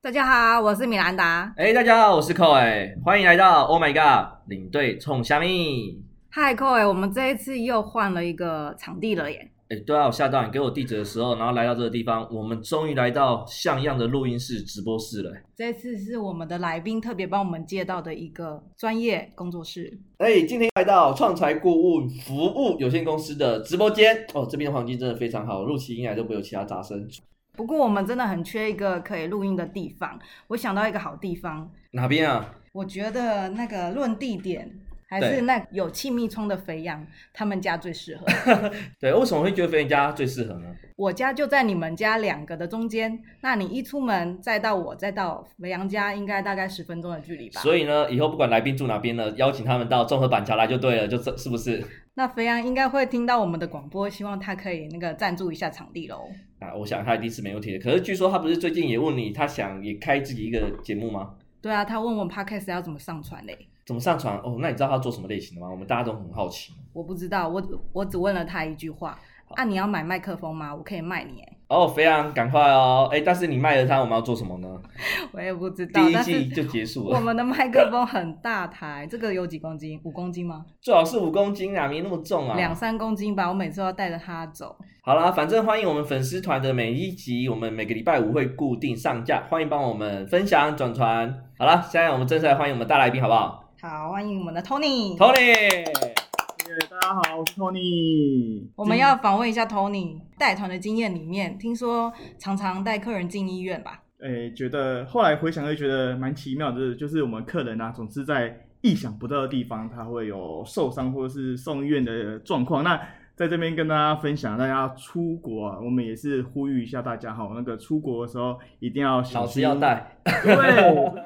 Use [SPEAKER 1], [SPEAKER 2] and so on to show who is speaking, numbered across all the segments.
[SPEAKER 1] 大家好，我是米兰达。
[SPEAKER 2] 哎、大家好，我是 Koi，欢迎来到 Oh My God 领队冲虾米。
[SPEAKER 1] 嗨，各位，我们这一次又换了一个场地了耶！
[SPEAKER 2] 哎、对啊，我吓到你给我地址的时候，然后来到这个地方，我们终于来到像样的录音室、直播室了。
[SPEAKER 1] 这次是我们的来宾特别帮我们借到的一个专业工作室。
[SPEAKER 2] 哎、今天来到创财顾问服务有限公司的直播间哦，这边的环境真的非常好，入起音来都不会有其他杂声。
[SPEAKER 1] 不过我们真的很缺一个可以录音的地方。我想到一个好地方，
[SPEAKER 2] 哪边啊？
[SPEAKER 1] 我觉得那个论地点还是
[SPEAKER 2] 对
[SPEAKER 1] 那有气密窗的肥羊他们家最适合。
[SPEAKER 2] 对，为什么会觉得肥人家最适合呢？
[SPEAKER 1] 我家就在你们家两个的中间，那你一出门再到我再到肥羊家，应该大概十分钟的距离吧。
[SPEAKER 2] 所以呢，以后不管来宾住哪边呢，邀请他们到综合板桥来就对了，就是是不是？
[SPEAKER 1] 那肥羊应该会听到我们的广播，希望他可以那个赞助一下场地喽。
[SPEAKER 2] 啊，我想他一定是没问题的。可是据说他不是最近也问你，他想也开自己一个节目吗？
[SPEAKER 1] 对啊，他问我 podcast 要怎么上传嘞，
[SPEAKER 2] 怎么上传？哦，那你知道他做什么类型的吗？我们大家都很好奇。
[SPEAKER 1] 我不知道，我我只问了他一句话
[SPEAKER 2] 好
[SPEAKER 1] 啊，你要买麦克风吗？我可以卖你哎，
[SPEAKER 2] 哦，肥羊，赶快哦！哎，但是你卖了它，我们要做什么呢？
[SPEAKER 1] 我也不知道
[SPEAKER 2] 第，一
[SPEAKER 1] 但
[SPEAKER 2] 季
[SPEAKER 1] 是
[SPEAKER 2] 就结束
[SPEAKER 1] 我
[SPEAKER 2] 了，
[SPEAKER 1] 们的麦克风很大台，这个有几公斤？五公斤吗？
[SPEAKER 2] 最好是五公斤啊，没那么重啊。
[SPEAKER 1] 两三公斤吧，我每次都要带着它走。
[SPEAKER 2] 好啦，反正欢迎我们粉丝团的每一集，我们每个礼拜五会固定上架，欢迎帮我们分享转传。好啦，现在我们正式来欢迎我们大来宾，好不好
[SPEAKER 1] 好，欢迎我们的 Tony，
[SPEAKER 2] ？Tony，
[SPEAKER 3] 耶，大家好，我是 Tony。
[SPEAKER 1] 我们要访问一下 Tony 带团的经验里面，听说常常带客人进医院吧？
[SPEAKER 3] 诶、哎觉得后来回想就觉得蛮奇妙的，就是就是我们客人啊，总是在意想不到的地方，他会有受伤或者是送医院的状况。那在这边跟大家分享，大家出国啊，我们也是呼吁一下大家哈，那个出国的时候一定要小
[SPEAKER 2] 脑子
[SPEAKER 3] 心
[SPEAKER 2] 要带。
[SPEAKER 3] 对，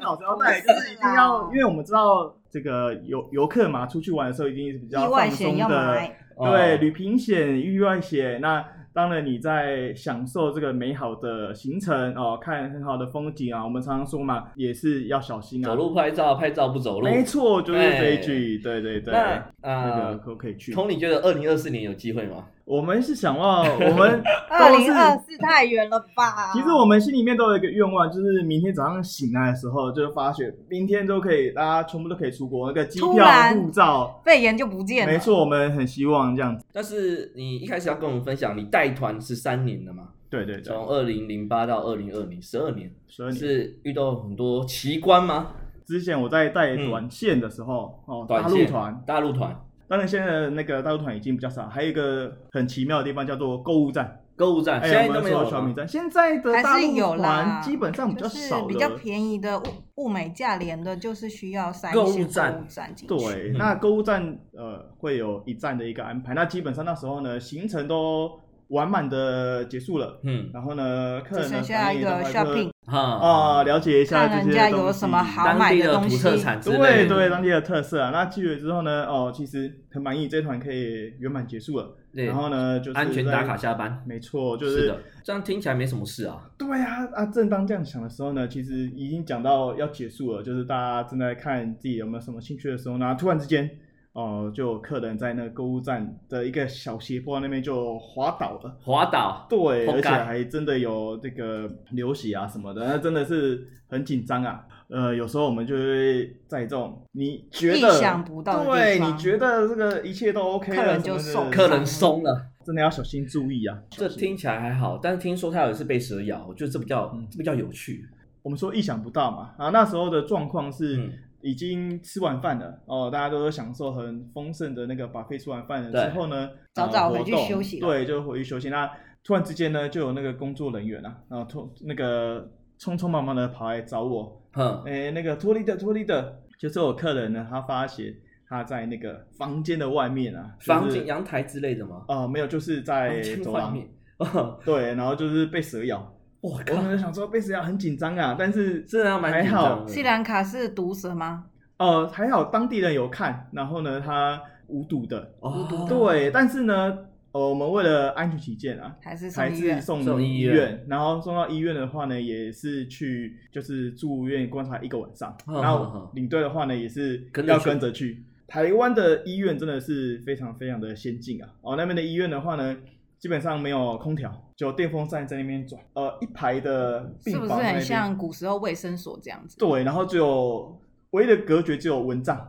[SPEAKER 3] 老要带，就是一定
[SPEAKER 1] 啊
[SPEAKER 3] 要，因为我们知道这个游游客嘛，出去玩的时候一定是比
[SPEAKER 1] 意
[SPEAKER 3] 较
[SPEAKER 1] 外
[SPEAKER 3] 放
[SPEAKER 1] 险
[SPEAKER 3] 松
[SPEAKER 1] 要
[SPEAKER 3] 的
[SPEAKER 1] 买，，
[SPEAKER 2] 哦
[SPEAKER 3] 对，旅行险、意外险，那当然你在享受这个美好的行程哦，看很好的风景啊。我们常常说嘛，也是要小心啊。
[SPEAKER 2] 走路拍照，拍照不走路。
[SPEAKER 3] 没错，就是这一句，对对对，
[SPEAKER 2] 那
[SPEAKER 3] 那个
[SPEAKER 2] 呃，
[SPEAKER 3] 可可以去。
[SPEAKER 2] 从你觉得二零二四年有机会吗？
[SPEAKER 3] 我们是想要，我们
[SPEAKER 1] 二
[SPEAKER 3] 都
[SPEAKER 1] 零二
[SPEAKER 3] 是。
[SPEAKER 1] 四太远了吧？
[SPEAKER 3] 其实我们心里面都有一个愿望，就是明天早上醒来的时候，就是发觉明天都可以，大家全部都可以出国，那个机
[SPEAKER 1] 突然
[SPEAKER 3] 票、护照，
[SPEAKER 1] 肺炎就不见了。
[SPEAKER 3] 没，错，我们很希望这样子。
[SPEAKER 2] 但是你一开始要跟我们分享，你带团是三年的嘛？
[SPEAKER 3] 对对对，
[SPEAKER 2] 从二零零八到二零二零，十二年，
[SPEAKER 3] 所以你
[SPEAKER 2] 是遇到很多奇观吗？
[SPEAKER 3] 之前我在带短线的时候，哦，
[SPEAKER 2] 短
[SPEAKER 3] 大
[SPEAKER 2] 线
[SPEAKER 3] 陆团，
[SPEAKER 2] 大陆团、
[SPEAKER 3] 当然现在的那个大陆团已经比较少，还有一个很奇妙的地方叫做购物站，
[SPEAKER 2] 购物站，
[SPEAKER 3] 哎
[SPEAKER 2] 现在都
[SPEAKER 3] 我们
[SPEAKER 2] 没
[SPEAKER 3] 说
[SPEAKER 2] 有
[SPEAKER 3] 小
[SPEAKER 2] 了
[SPEAKER 3] 米
[SPEAKER 2] 吗。
[SPEAKER 3] 站，现在的大
[SPEAKER 1] 还是
[SPEAKER 3] 陆
[SPEAKER 1] 有啦
[SPEAKER 3] 团基本上比
[SPEAKER 1] 就
[SPEAKER 3] 较
[SPEAKER 1] 是
[SPEAKER 3] 少
[SPEAKER 1] 比较
[SPEAKER 3] 了。
[SPEAKER 1] 便宜的物物美价廉的，就是需要三
[SPEAKER 2] 购物
[SPEAKER 1] 线
[SPEAKER 2] 站
[SPEAKER 1] 购物站进去。，
[SPEAKER 3] 对，那购物站呃会有一站的一个安排，那基本上那时候呢行程都完满的结束了，
[SPEAKER 2] 嗯，
[SPEAKER 3] 然后呢客
[SPEAKER 1] 只
[SPEAKER 3] 人呢
[SPEAKER 1] 剩下一个 shopping，
[SPEAKER 2] 哈
[SPEAKER 3] 啊、了解一下
[SPEAKER 1] 看
[SPEAKER 3] 这
[SPEAKER 1] 人
[SPEAKER 3] 些
[SPEAKER 1] 家
[SPEAKER 3] 东
[SPEAKER 1] 有
[SPEAKER 3] 西
[SPEAKER 1] 什么好
[SPEAKER 2] 当
[SPEAKER 1] 买
[SPEAKER 2] 地
[SPEAKER 1] 东
[SPEAKER 2] 土
[SPEAKER 1] 西。
[SPEAKER 2] 特产之类
[SPEAKER 3] 对
[SPEAKER 2] 的，
[SPEAKER 3] 对，当地的特色啊。那去了之后呢，哦，其实很满意，这团可以圆满结束了。
[SPEAKER 2] 对
[SPEAKER 3] 然后呢，就是
[SPEAKER 2] 安全打卡
[SPEAKER 3] 在，
[SPEAKER 2] 下班，
[SPEAKER 3] 没错，就是
[SPEAKER 2] 的，这样听起来没什么事啊。
[SPEAKER 3] 对啊啊！正当这样想的时候呢，其实已经讲到要结束了，就是大家正在看自己有没有什么兴趣的时候呢，突然之间，哦、就有客人在那个购物站的一个小斜坡那边就滑倒了。
[SPEAKER 2] 滑倒，
[SPEAKER 3] 对，
[SPEAKER 2] 活
[SPEAKER 3] 而且
[SPEAKER 2] 该
[SPEAKER 3] 还真的有这个流血啊什么的，那真的是很紧张啊。呃，有时候我们就会在这种你觉得
[SPEAKER 1] 意想不到的地
[SPEAKER 3] 对，
[SPEAKER 1] 方
[SPEAKER 3] 你觉得这个一切都 OK
[SPEAKER 1] 客人
[SPEAKER 3] 了，
[SPEAKER 1] 就
[SPEAKER 3] 什么
[SPEAKER 1] 送
[SPEAKER 3] 的
[SPEAKER 2] 客人松了。
[SPEAKER 3] 真的要小心注意啊。
[SPEAKER 2] 这听起来还好，但是听说他有一次被蛇咬，我觉得这比较、
[SPEAKER 3] 嗯
[SPEAKER 2] 这比较有趣。
[SPEAKER 3] 我们说意想不到嘛啊，那时候的状况是
[SPEAKER 2] 嗯
[SPEAKER 3] 已经吃完饭了哦，大家都享受很丰盛的那个 buffet 吃完饭了之后呢，
[SPEAKER 1] 早
[SPEAKER 3] 呃
[SPEAKER 1] 早
[SPEAKER 3] 活
[SPEAKER 1] 回去
[SPEAKER 3] 动
[SPEAKER 1] 休息了
[SPEAKER 3] 对，就回去休息。那突然之间呢，就有那个工作人员啊，然后突那个匆匆忙忙的跑来找我，
[SPEAKER 2] 哼，
[SPEAKER 3] 诶，那个脱离的脱离的，就是我客人呢，他发现他在那个房间的外面啊，就是、
[SPEAKER 2] 房间阳台之类的吗？
[SPEAKER 3] 啊、没有，就是
[SPEAKER 2] 房
[SPEAKER 3] 在
[SPEAKER 2] 间
[SPEAKER 3] 走
[SPEAKER 2] 外
[SPEAKER 3] 廊，
[SPEAKER 2] 面。 我
[SPEAKER 3] 对，然后就是被蛇咬，我
[SPEAKER 2] 靠，
[SPEAKER 3] 们就想说被蛇咬很紧张啊，但是
[SPEAKER 2] 真的还蛮紧张
[SPEAKER 1] 斯里
[SPEAKER 2] 的。
[SPEAKER 1] 兰卡是毒蛇吗？
[SPEAKER 3] 呃还好当地人有看，然后呢他无毒的，
[SPEAKER 2] 哦，
[SPEAKER 3] 对，但是呢呃我们为了安全起见啊。
[SPEAKER 1] 还是
[SPEAKER 3] 才
[SPEAKER 1] 送医
[SPEAKER 3] 是
[SPEAKER 1] 院？
[SPEAKER 3] 送
[SPEAKER 2] 送医
[SPEAKER 3] 医
[SPEAKER 2] 院
[SPEAKER 3] 院，然后送到医院的话呢，也是去就是住院观察一个晚上，
[SPEAKER 2] 嗯嗯
[SPEAKER 3] 然
[SPEAKER 2] 嗯
[SPEAKER 3] 后领队的话呢，也是
[SPEAKER 2] 跟着
[SPEAKER 3] 要
[SPEAKER 2] 去
[SPEAKER 3] 跟着去。台湾的医院真的是非常非常的先进啊！哦，那边的医院的话呢，基本上没有空调，就电风扇在那边转，呃，一排的病
[SPEAKER 1] 是不是
[SPEAKER 3] 房在那
[SPEAKER 1] 很
[SPEAKER 3] 边
[SPEAKER 1] 像古时候卫生所这样子？
[SPEAKER 3] 对，然后只有唯一的隔绝只有蚊帐，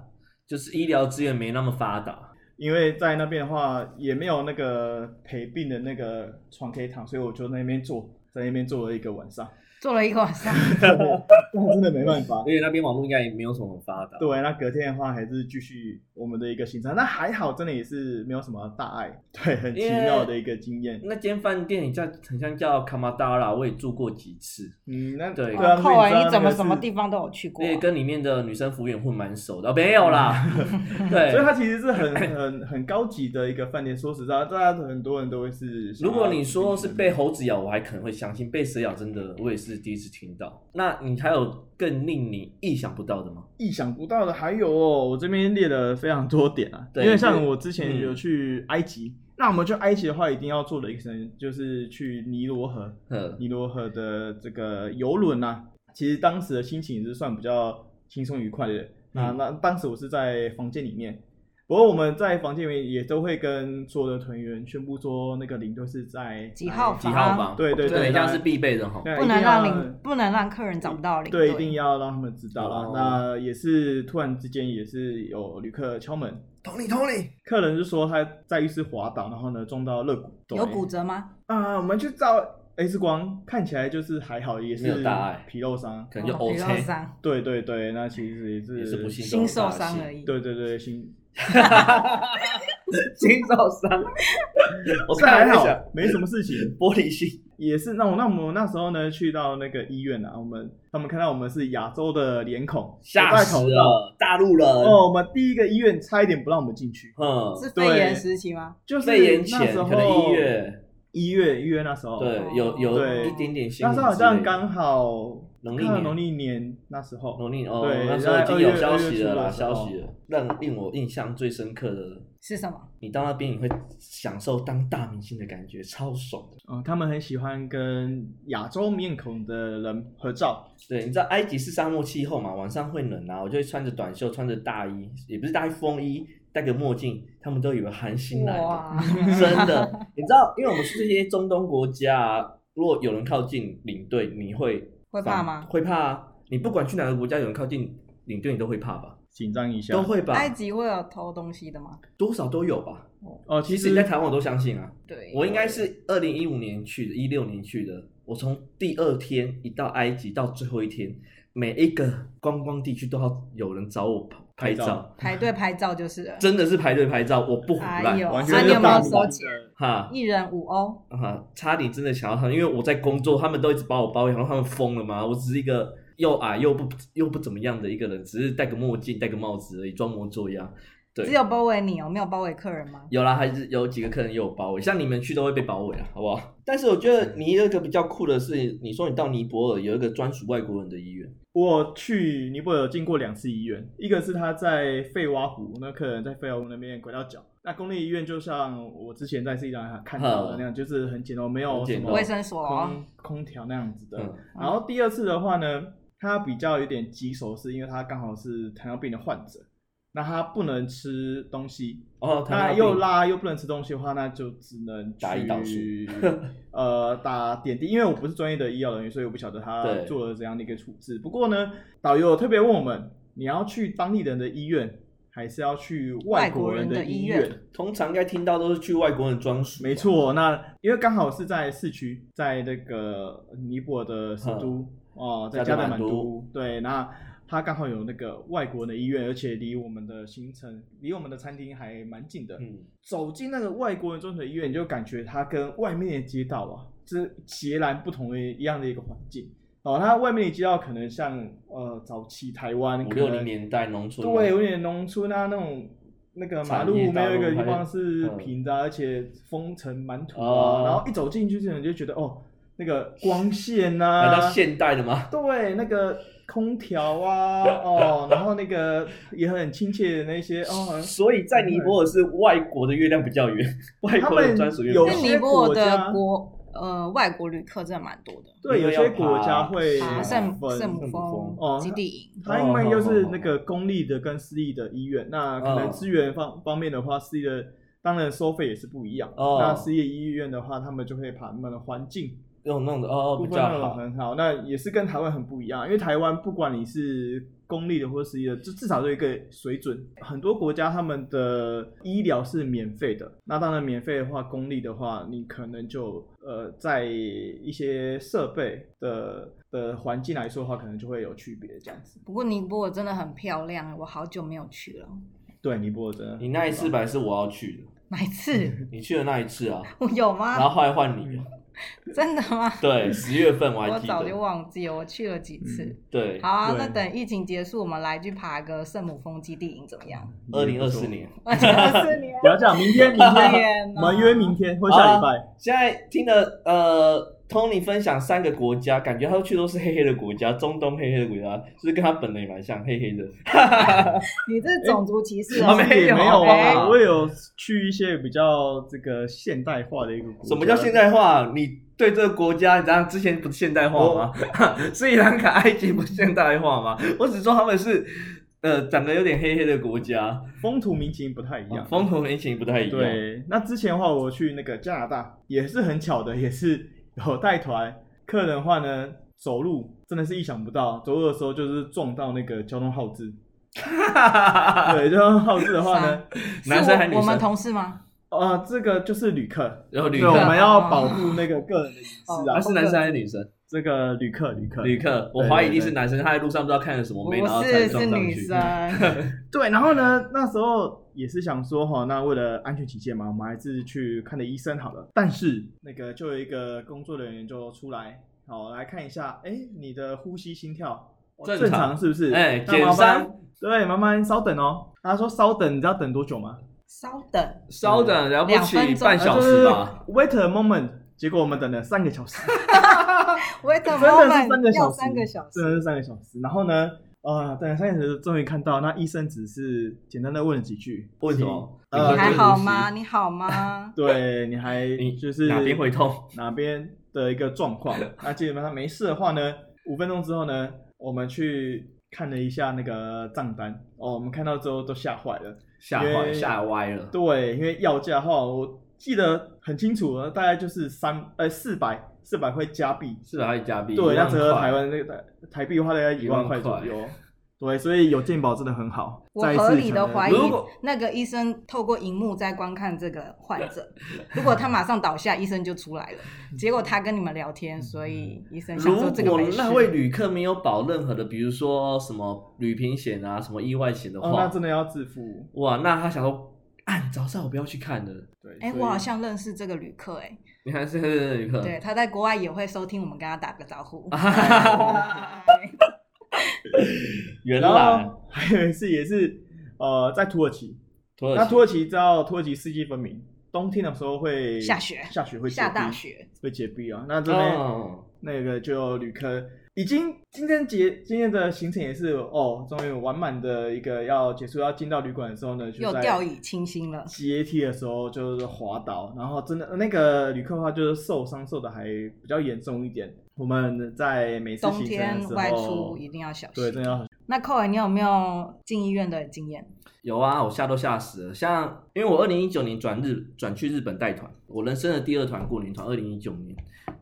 [SPEAKER 2] 就是医疗资源没那么发达。
[SPEAKER 3] 因为在那边的话也没有那个陪病的那个床可以躺，所以我就在那边坐，在那边坐了一个晚上，
[SPEAKER 1] 做了一个晚上，
[SPEAKER 3] 那真的没办法
[SPEAKER 2] 而。且那边网络应该也没有什么发达。
[SPEAKER 3] 对，那隔天的话还是继续我们的一个行程，那还好，真的也是没有什么大碍，对，很奇妙的一个经验。
[SPEAKER 2] 那间饭店很像很像叫 Kamadara，我也住过几次，
[SPEAKER 3] 嗯，那
[SPEAKER 2] 对
[SPEAKER 3] 啊，
[SPEAKER 1] 扣完你怎么什
[SPEAKER 3] 知道那
[SPEAKER 1] 么
[SPEAKER 3] 个是
[SPEAKER 1] 地方都有去过啊
[SPEAKER 2] 而且跟里面的女生服务员混蛮熟的。哦没有啦， 对
[SPEAKER 3] 所以。它其实是很很很高级的一个饭店。说实在，大家很多人都会是想要去那
[SPEAKER 2] 如
[SPEAKER 3] 边。
[SPEAKER 2] 果你说是被猴子咬，我还可能会相信；被蛇咬，真的我也是第一次听到。那你还有更令你意想不到的吗？
[SPEAKER 3] 意想不到的，还有哦，我这边列了非常多点啊。
[SPEAKER 2] 对
[SPEAKER 3] 因为像
[SPEAKER 2] 就是
[SPEAKER 3] 我之前
[SPEAKER 2] 嗯
[SPEAKER 3] 有去埃及，那我们去埃及的话，一定要做的一个事就是去尼罗河，
[SPEAKER 2] 嗯，
[SPEAKER 3] 尼罗河的这个游轮啊。其实当时的心情是算比较轻松愉快的。那
[SPEAKER 2] 嗯
[SPEAKER 3] 那当时我是在房间里面，不过我们在房间里面也都会跟所有的团员宣布说，那个领队是在
[SPEAKER 1] 几号
[SPEAKER 2] 几号
[SPEAKER 1] 房
[SPEAKER 2] 房？
[SPEAKER 3] 对对对
[SPEAKER 2] 这
[SPEAKER 3] 当
[SPEAKER 2] 样
[SPEAKER 3] 然
[SPEAKER 2] 是必备的哈。
[SPEAKER 3] 对
[SPEAKER 1] 不
[SPEAKER 3] 一
[SPEAKER 1] 能
[SPEAKER 3] 定要
[SPEAKER 1] 让领不能让客人找不到领
[SPEAKER 3] 对，
[SPEAKER 1] 队，
[SPEAKER 3] 一定要让他们知道啦。
[SPEAKER 2] 哦
[SPEAKER 3] 那也是突然之间也是有旅客敲门，
[SPEAKER 2] 同理同理，
[SPEAKER 3] 客人就说他在浴室滑倒，然后呢撞到肋骨。对
[SPEAKER 1] 有骨折吗？
[SPEAKER 3] 啊，我们去找 X 光，看起来就是还好，也
[SPEAKER 2] 没
[SPEAKER 3] 是
[SPEAKER 2] 有大碍
[SPEAKER 3] 皮肉伤。
[SPEAKER 2] 可能就
[SPEAKER 1] 哦皮肉
[SPEAKER 2] OK
[SPEAKER 1] 伤，
[SPEAKER 3] 对对对，那其实也是
[SPEAKER 2] 也是不幸
[SPEAKER 1] 心
[SPEAKER 2] 中
[SPEAKER 1] 受
[SPEAKER 2] 的大
[SPEAKER 1] 伤
[SPEAKER 2] 幸
[SPEAKER 1] 而已。
[SPEAKER 3] 对对对，心
[SPEAKER 2] 心受伤， 我
[SPEAKER 3] 这
[SPEAKER 2] 看
[SPEAKER 3] 还
[SPEAKER 2] 了一
[SPEAKER 3] 好
[SPEAKER 2] 下，
[SPEAKER 3] 没什么事情。
[SPEAKER 2] 玻璃心，
[SPEAKER 3] 也是，那我那我们那时候呢，去到那个医院啊，我们他们看到我们是亚洲的脸孔，
[SPEAKER 2] 吓
[SPEAKER 3] 有戴
[SPEAKER 2] 死
[SPEAKER 3] 口罩。
[SPEAKER 2] 了，大陆人，
[SPEAKER 3] 哦，我们第一个医院差一点不让我们进去，
[SPEAKER 2] 嗯，
[SPEAKER 1] 是肺炎
[SPEAKER 3] 对
[SPEAKER 1] 时期吗？
[SPEAKER 3] 就是
[SPEAKER 2] 肺炎
[SPEAKER 3] 那
[SPEAKER 2] 前
[SPEAKER 3] 时候
[SPEAKER 2] 可能一月，
[SPEAKER 3] 一月一月那时候，
[SPEAKER 1] 哦
[SPEAKER 2] 对，有有
[SPEAKER 3] 对
[SPEAKER 2] 一点点新
[SPEAKER 3] 那
[SPEAKER 2] 闻之类的，
[SPEAKER 3] 时候好像刚好
[SPEAKER 2] 农历
[SPEAKER 3] 刚好
[SPEAKER 2] 年
[SPEAKER 3] 农历年那时候，
[SPEAKER 2] 农历哦，
[SPEAKER 3] 对
[SPEAKER 2] 那时候已经有消息了
[SPEAKER 3] 在
[SPEAKER 2] 啦，
[SPEAKER 3] 二月
[SPEAKER 2] 消息了，让令我印象最深刻的，
[SPEAKER 1] 是什么？
[SPEAKER 2] 你到那边你会享受当大明星的感觉，超爽的。
[SPEAKER 3] 嗯，他们很喜欢跟亚洲面孔的人 合照，
[SPEAKER 2] 对，你知道埃及是沙漠气候嘛，晚上会冷啊，我就会穿着短袖，穿着大衣，也不是大衣，风衣，戴个墨镜，他们都以为韩星来了。
[SPEAKER 1] 哇，
[SPEAKER 2] 真的，你知道，因为我们是这些中东国家、啊，如果有人靠近领队，你会
[SPEAKER 1] 会怕吗
[SPEAKER 2] 会怕啊！你不管去哪个国家，有人靠近领队，你都会怕吧？
[SPEAKER 3] 紧张一下
[SPEAKER 2] 都。会吧？
[SPEAKER 1] 埃及会有偷东西的吗？
[SPEAKER 2] 多少都有吧？
[SPEAKER 3] 哦，其
[SPEAKER 2] 其实
[SPEAKER 3] 实
[SPEAKER 1] 嗯
[SPEAKER 2] 你在台湾我都相信啊。
[SPEAKER 1] 对，
[SPEAKER 2] 我应该是二零一五年去的，一六年去的。我从第二天一到埃及到最后一天，每一个观光地区都要有人找我拍
[SPEAKER 3] 拍照
[SPEAKER 2] 照，
[SPEAKER 1] 排队拍照就是了。
[SPEAKER 2] 真的是排队拍照，我不胡乱
[SPEAKER 1] 哎呦，
[SPEAKER 3] 完
[SPEAKER 1] 啊，
[SPEAKER 3] 全是
[SPEAKER 1] 你有没
[SPEAKER 3] 大
[SPEAKER 1] 有
[SPEAKER 3] 陆
[SPEAKER 1] 收
[SPEAKER 3] 人
[SPEAKER 1] 钱？
[SPEAKER 2] 哈。
[SPEAKER 1] 一人五欧，
[SPEAKER 2] 啊，差点真的想要他们，因为我在工作，他们都一直把我包养，然后他们疯了嘛。我只是一个又矮又不又不怎么样的一个人，只是戴个墨镜、戴个帽子而已，装模作样。对
[SPEAKER 1] 只有包围你哦，没有包围客人吗？
[SPEAKER 2] 有啦，还是有几个客人也有包围，像你们去都会被包围啊，好不好？但是我觉
[SPEAKER 3] 嗯
[SPEAKER 2] 得你有一个比较酷的是，你说你到尼泊尔有一个专属外国人的医院，
[SPEAKER 3] 我去尼泊尔进过两次医院，一个是他在费瓦湖，那客人在费瓦湖那边拐到脚。那公立医院就像我之前在斯里兰看到的那样，就是很简陋，没有
[SPEAKER 2] 嗯很
[SPEAKER 3] 什
[SPEAKER 2] 简
[SPEAKER 3] 么
[SPEAKER 2] 陋
[SPEAKER 1] 卫生所哦，
[SPEAKER 3] 空空调那样子的。
[SPEAKER 2] 嗯，
[SPEAKER 3] 然后第二次的话呢，他比较有点棘手，是因为他刚好是糖尿病的患者，那他不能吃东西，
[SPEAKER 2] 哦，
[SPEAKER 3] 那
[SPEAKER 2] 他
[SPEAKER 3] 又，拉又不能吃东西的话，那就只能
[SPEAKER 2] 打胰岛素
[SPEAKER 3] 去， 呃，打点滴。因为我不是专业的医疗人员，所以我不晓得他
[SPEAKER 2] 对
[SPEAKER 3] 做了怎样的一个处置。不过呢，导游有特别问我们，你要去当地人的医院，还是要去外国人的医
[SPEAKER 1] 外国人的医
[SPEAKER 3] 院？
[SPEAKER 2] 通常应该听到都是去外国人专属，
[SPEAKER 3] 没，错，那因为刚好是在市区，在那个尼泊尔的首都哦，
[SPEAKER 2] 嗯
[SPEAKER 3] 在
[SPEAKER 2] 加
[SPEAKER 3] 加
[SPEAKER 2] 德满
[SPEAKER 3] 德满
[SPEAKER 2] 都
[SPEAKER 3] 都。对，那他刚好有那个外国人的医院，而且离我们的行程、离我们的餐厅还蛮近的。
[SPEAKER 2] 嗯，
[SPEAKER 3] 走进那个外国人专属的医院，你就感觉它跟外面的街道啊是截然不同的一样的一个环境。哦，它外面的街道可能像呃早期台湾
[SPEAKER 2] 五
[SPEAKER 3] 可
[SPEAKER 2] 六
[SPEAKER 3] 能
[SPEAKER 2] 零年代农村，
[SPEAKER 3] 对，有点农村啊那种。那个马路
[SPEAKER 2] 产业道
[SPEAKER 3] 没
[SPEAKER 2] 路
[SPEAKER 3] 有一个地
[SPEAKER 2] 还
[SPEAKER 3] 方
[SPEAKER 2] 是
[SPEAKER 3] 是
[SPEAKER 2] 嗯
[SPEAKER 3] 平的啊，而且风尘满土
[SPEAKER 2] 哦
[SPEAKER 3] 啊。然后一走进去之后，你就觉得哦，那个光线呐、
[SPEAKER 2] 来
[SPEAKER 3] 啊，
[SPEAKER 2] 到现代的吗？
[SPEAKER 3] 对，那个空调啊，哦，然后那个也很亲切的那些哦，好像
[SPEAKER 2] 所以在尼泊尔是外国的月亮比较圆，外国人专属月
[SPEAKER 3] 有
[SPEAKER 2] 亮
[SPEAKER 1] 那
[SPEAKER 2] 比较
[SPEAKER 3] 些
[SPEAKER 2] 圆。
[SPEAKER 1] 尼泊尔
[SPEAKER 3] 国
[SPEAKER 1] 的
[SPEAKER 3] 家
[SPEAKER 1] 国呃外国旅客真的蛮多的，
[SPEAKER 3] 对，
[SPEAKER 2] 因
[SPEAKER 3] 有
[SPEAKER 2] 为
[SPEAKER 3] 些
[SPEAKER 2] 要
[SPEAKER 3] 国
[SPEAKER 2] 爬
[SPEAKER 3] 家会
[SPEAKER 1] 啊，
[SPEAKER 2] 爬
[SPEAKER 1] 圣
[SPEAKER 3] 分
[SPEAKER 1] 圣母
[SPEAKER 2] 圣母峰
[SPEAKER 1] 峰
[SPEAKER 3] 哦
[SPEAKER 1] 基地营，
[SPEAKER 3] 它因为
[SPEAKER 2] 哦嗯
[SPEAKER 3] 又是那个公立的跟私立的医院，那可能资源方方面的话，私立的当然收费也是不一样。
[SPEAKER 2] 哦
[SPEAKER 3] 那私业医院的话，他们就会把他们的环境
[SPEAKER 2] 用弄的哦
[SPEAKER 3] 部
[SPEAKER 2] 比
[SPEAKER 3] 分
[SPEAKER 2] 较
[SPEAKER 3] 弄得
[SPEAKER 2] 好，
[SPEAKER 3] 很好，那也是跟台湾很不一样，因为台湾不管你是公立的或私立的，至至少都有一个水准。很多国家他们的医疗是免费的，那当然免费的话，公立的话，你可能就呃在一些设备的的环境来说的话，可能就会有区别这样子。
[SPEAKER 1] 不过尼泊尔真的很漂亮，我好久没有去了。
[SPEAKER 3] 对，尼泊尔真的，
[SPEAKER 2] 你那一次本来是我要去的，
[SPEAKER 1] 哪一 次？
[SPEAKER 2] 你去的那一次啊，
[SPEAKER 1] 我有
[SPEAKER 2] 然后
[SPEAKER 1] 吗？
[SPEAKER 2] 后来换你了，
[SPEAKER 3] 嗯
[SPEAKER 1] 真的吗？
[SPEAKER 2] 对，十月份我还
[SPEAKER 1] 我
[SPEAKER 2] 记
[SPEAKER 1] 早就
[SPEAKER 2] 得，
[SPEAKER 1] 忘记了，我去了几次。
[SPEAKER 2] 对
[SPEAKER 1] 好，啊，
[SPEAKER 3] 对
[SPEAKER 1] 那等疫情结束，我们来去爬个圣母峰基地营怎么样？
[SPEAKER 2] 二零二四年，
[SPEAKER 1] 二零二四年
[SPEAKER 3] 不要这样，明天明天
[SPEAKER 1] 天
[SPEAKER 3] 我
[SPEAKER 1] 哪
[SPEAKER 3] 们约明天或下礼拜。
[SPEAKER 2] 现在听的呃，Tony 分享三个国家，感觉他去都是黑黑的国家，中东黑黑的国家，就是跟他本人也蛮像，黑黑的。
[SPEAKER 1] 你这种族歧视
[SPEAKER 2] 啊
[SPEAKER 1] 哦！
[SPEAKER 2] 没有
[SPEAKER 3] 也没有
[SPEAKER 2] 哎
[SPEAKER 3] 啊，我有去一些比较这个现代化的一个国家。
[SPEAKER 2] 什么叫现代化？你对这个国家，你知道之前不是现代化 吗？斯里兰卡、埃及不是现代化吗？我只说他们是呃长得有点黑黑的国家，
[SPEAKER 3] 风土民情不太一样。
[SPEAKER 2] 哦风土民情不太一样。
[SPEAKER 3] 对，那之前的话，我去那个加拿大也是很巧的，也是有带团，客人的话呢，走路真的是意想不到，走路的时候就是撞到那个交通号 志。对，交通号志的话呢，
[SPEAKER 1] 是
[SPEAKER 2] 男生还是女
[SPEAKER 1] 我
[SPEAKER 2] 生
[SPEAKER 1] 我们同事吗？
[SPEAKER 3] 啊、这个就是旅客，
[SPEAKER 2] 然后旅
[SPEAKER 3] 对，
[SPEAKER 2] 客，
[SPEAKER 3] 我们要保护那个个人的隐私啊
[SPEAKER 2] 他。是男生还是女生？
[SPEAKER 3] 这个旅客，旅客，
[SPEAKER 2] 旅客，我
[SPEAKER 3] 对
[SPEAKER 2] 怀疑一定
[SPEAKER 3] 对
[SPEAKER 2] 是男生，他在路上不知道看了什么妹，然后
[SPEAKER 1] 不
[SPEAKER 2] 才
[SPEAKER 1] 是，
[SPEAKER 2] 撞
[SPEAKER 1] 是
[SPEAKER 2] 上
[SPEAKER 1] 女
[SPEAKER 2] 去。
[SPEAKER 1] 生。
[SPEAKER 3] 对，然后呢，那时候也是想说哈，那为了安全起见嘛，我们还是去看了医生好了。但是那个就有一个工作人员就出来，好来看一下，哎，你的呼吸心跳哦
[SPEAKER 2] 正
[SPEAKER 3] 正
[SPEAKER 2] 常
[SPEAKER 3] 是不是？
[SPEAKER 2] 哎，
[SPEAKER 3] 那麻
[SPEAKER 2] 减
[SPEAKER 3] 烦
[SPEAKER 2] 三，
[SPEAKER 3] 对，麻烦稍等哦。他说稍等，你知道等多久吗？
[SPEAKER 1] 稍等，
[SPEAKER 2] 稍等，了不
[SPEAKER 1] 嗯两
[SPEAKER 2] 起
[SPEAKER 1] 分钟呃
[SPEAKER 2] 半小时吧。
[SPEAKER 3] 就是，wait a moment。结果我们等了三 个小时，
[SPEAKER 1] 我也等
[SPEAKER 3] 真的是三个小
[SPEAKER 1] 要
[SPEAKER 3] 时，
[SPEAKER 1] 三个小
[SPEAKER 3] 真的
[SPEAKER 1] 时。
[SPEAKER 3] 是三个小时。然后呢，啊，等了三个小时，终于看到那医生只是简单的问了几句，
[SPEAKER 2] 问什么？
[SPEAKER 3] 你呃
[SPEAKER 1] 你还
[SPEAKER 3] 这个？
[SPEAKER 1] 好吗？？你好吗
[SPEAKER 3] 对，你还
[SPEAKER 2] 你
[SPEAKER 3] 就是
[SPEAKER 2] 哪边会痛？
[SPEAKER 3] 哪边的一个状况。那基本上没事的话呢，五分钟之后呢，我们去看了一下那个账单哦，我们看到之后都吓坏了。
[SPEAKER 2] 吓
[SPEAKER 3] 因
[SPEAKER 2] 坏，
[SPEAKER 3] 为
[SPEAKER 2] 吓歪了。
[SPEAKER 3] 对，因为药价的话，我记得很清楚，大概就是三呃四百四百块加币，
[SPEAKER 2] 是啊的，还有加币。
[SPEAKER 3] 对，
[SPEAKER 2] 要
[SPEAKER 3] 那折合台湾那个台台币的话，大概一万块左
[SPEAKER 2] 一
[SPEAKER 3] 右。对，所以有健保真的很好。
[SPEAKER 1] 我
[SPEAKER 3] 再一次
[SPEAKER 1] 合理的
[SPEAKER 3] 承认
[SPEAKER 1] 怀疑
[SPEAKER 2] 如果
[SPEAKER 1] 那个医生透过荧幕在观看这个患者，如果他马上倒下，医生就出来了。结果他跟你们聊天，所以医生想
[SPEAKER 2] 如
[SPEAKER 1] 说这个
[SPEAKER 2] 果
[SPEAKER 1] 没事
[SPEAKER 2] 那。位旅客没有保任何的，比如说什么旅平险啊、什么意外险的
[SPEAKER 3] 哦，那
[SPEAKER 2] 话，
[SPEAKER 3] 真的要自付。
[SPEAKER 2] 哇，那他想说，啊，早上我不要去看了。
[SPEAKER 3] 对，
[SPEAKER 1] 哎，
[SPEAKER 3] 所以
[SPEAKER 1] 我好像认识这个旅客，哎，
[SPEAKER 2] 你看是是旅客，
[SPEAKER 1] 对，他在国外也会收听我们，跟他打个招 呼。
[SPEAKER 2] 原
[SPEAKER 3] 然
[SPEAKER 2] 来
[SPEAKER 3] 后 还有一次也是呃在土耳其，
[SPEAKER 2] 土耳
[SPEAKER 3] 那
[SPEAKER 2] 其
[SPEAKER 3] 土耳其知道土耳其四季分明，冬天的时候会
[SPEAKER 1] 下雪
[SPEAKER 3] 下雪会结
[SPEAKER 1] 下大
[SPEAKER 3] 冰，
[SPEAKER 1] 雪，
[SPEAKER 3] 会结冰啊。那这边、
[SPEAKER 2] 哦，
[SPEAKER 3] 那个就有旅客已经今天结今天的行程也是哦，终于完满的一个要结束，要进到旅馆的时候呢，就
[SPEAKER 1] 又
[SPEAKER 3] 在
[SPEAKER 1] 掉以轻心了。
[SPEAKER 3] 阶梯的时候就是滑倒，然后真的那个旅客的话就是受伤受的还比较严重一点。我们在每次
[SPEAKER 1] 冬
[SPEAKER 3] 行程
[SPEAKER 1] 天
[SPEAKER 3] 的时
[SPEAKER 1] 外
[SPEAKER 3] 候
[SPEAKER 1] 出，一定要小
[SPEAKER 3] 对，
[SPEAKER 1] 心
[SPEAKER 3] 真。的要
[SPEAKER 1] 那寇伟，你有没有进医院的经验？
[SPEAKER 2] 有啊，我吓都吓死了。像因为我二零一九年转日转去日本带团，我人生的第二团过年团，二零一九年，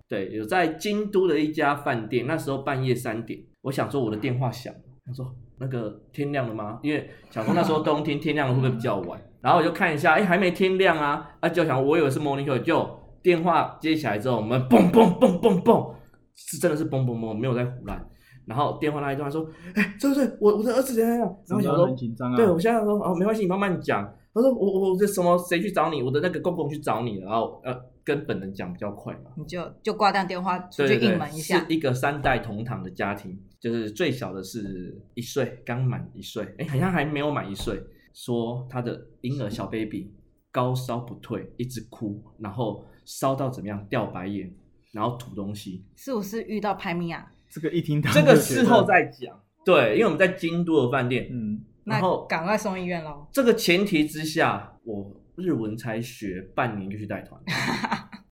[SPEAKER 2] 对，有在京都的一家饭店，那时候半夜三点，我想说我的电话响了，他说那个天亮了吗？因为想说那时候冬天天亮了会不会比较晚，然后我就看一下，哎、还没天亮啊，啊就想我以为是 morning call，就电话接起来之后，我们嘣嘣嘣嘣嘣，是真的是嘣嘣嘣，没有在胡乱。然后电话那一段说，哎、对对，对我我的儿子怎样怎样，然后
[SPEAKER 3] 真
[SPEAKER 2] 想
[SPEAKER 3] 的
[SPEAKER 2] 说
[SPEAKER 3] 很紧
[SPEAKER 1] 嗯
[SPEAKER 3] 张啊。
[SPEAKER 2] 对，我现在说哦，没关系，你慢慢讲。他说我我我这什么谁去找你？我的那个公公去找你，然后呃跟本人讲比较快嘛。
[SPEAKER 1] 你就就挂断电话出
[SPEAKER 2] 对
[SPEAKER 1] 去
[SPEAKER 2] 对对，
[SPEAKER 1] 应门一下
[SPEAKER 2] 是。一个三代同堂的家庭，就是最小的是一岁，刚满一岁，哎，好像还没有满一岁，说他的婴儿小 baby 高烧不退，一直哭，然后烧到怎么样掉白眼，然后吐 东西，
[SPEAKER 1] 是不是遇到啊拍米亚？
[SPEAKER 3] 这个一听到
[SPEAKER 2] 这个
[SPEAKER 3] 就觉
[SPEAKER 2] 事
[SPEAKER 3] 得
[SPEAKER 2] 后再讲。对，因为我们在京都的饭店，
[SPEAKER 3] 嗯，
[SPEAKER 1] 那
[SPEAKER 2] 然后
[SPEAKER 1] 赶快送医院喽！
[SPEAKER 2] 这个前提之下，我日文才学半年就去带团，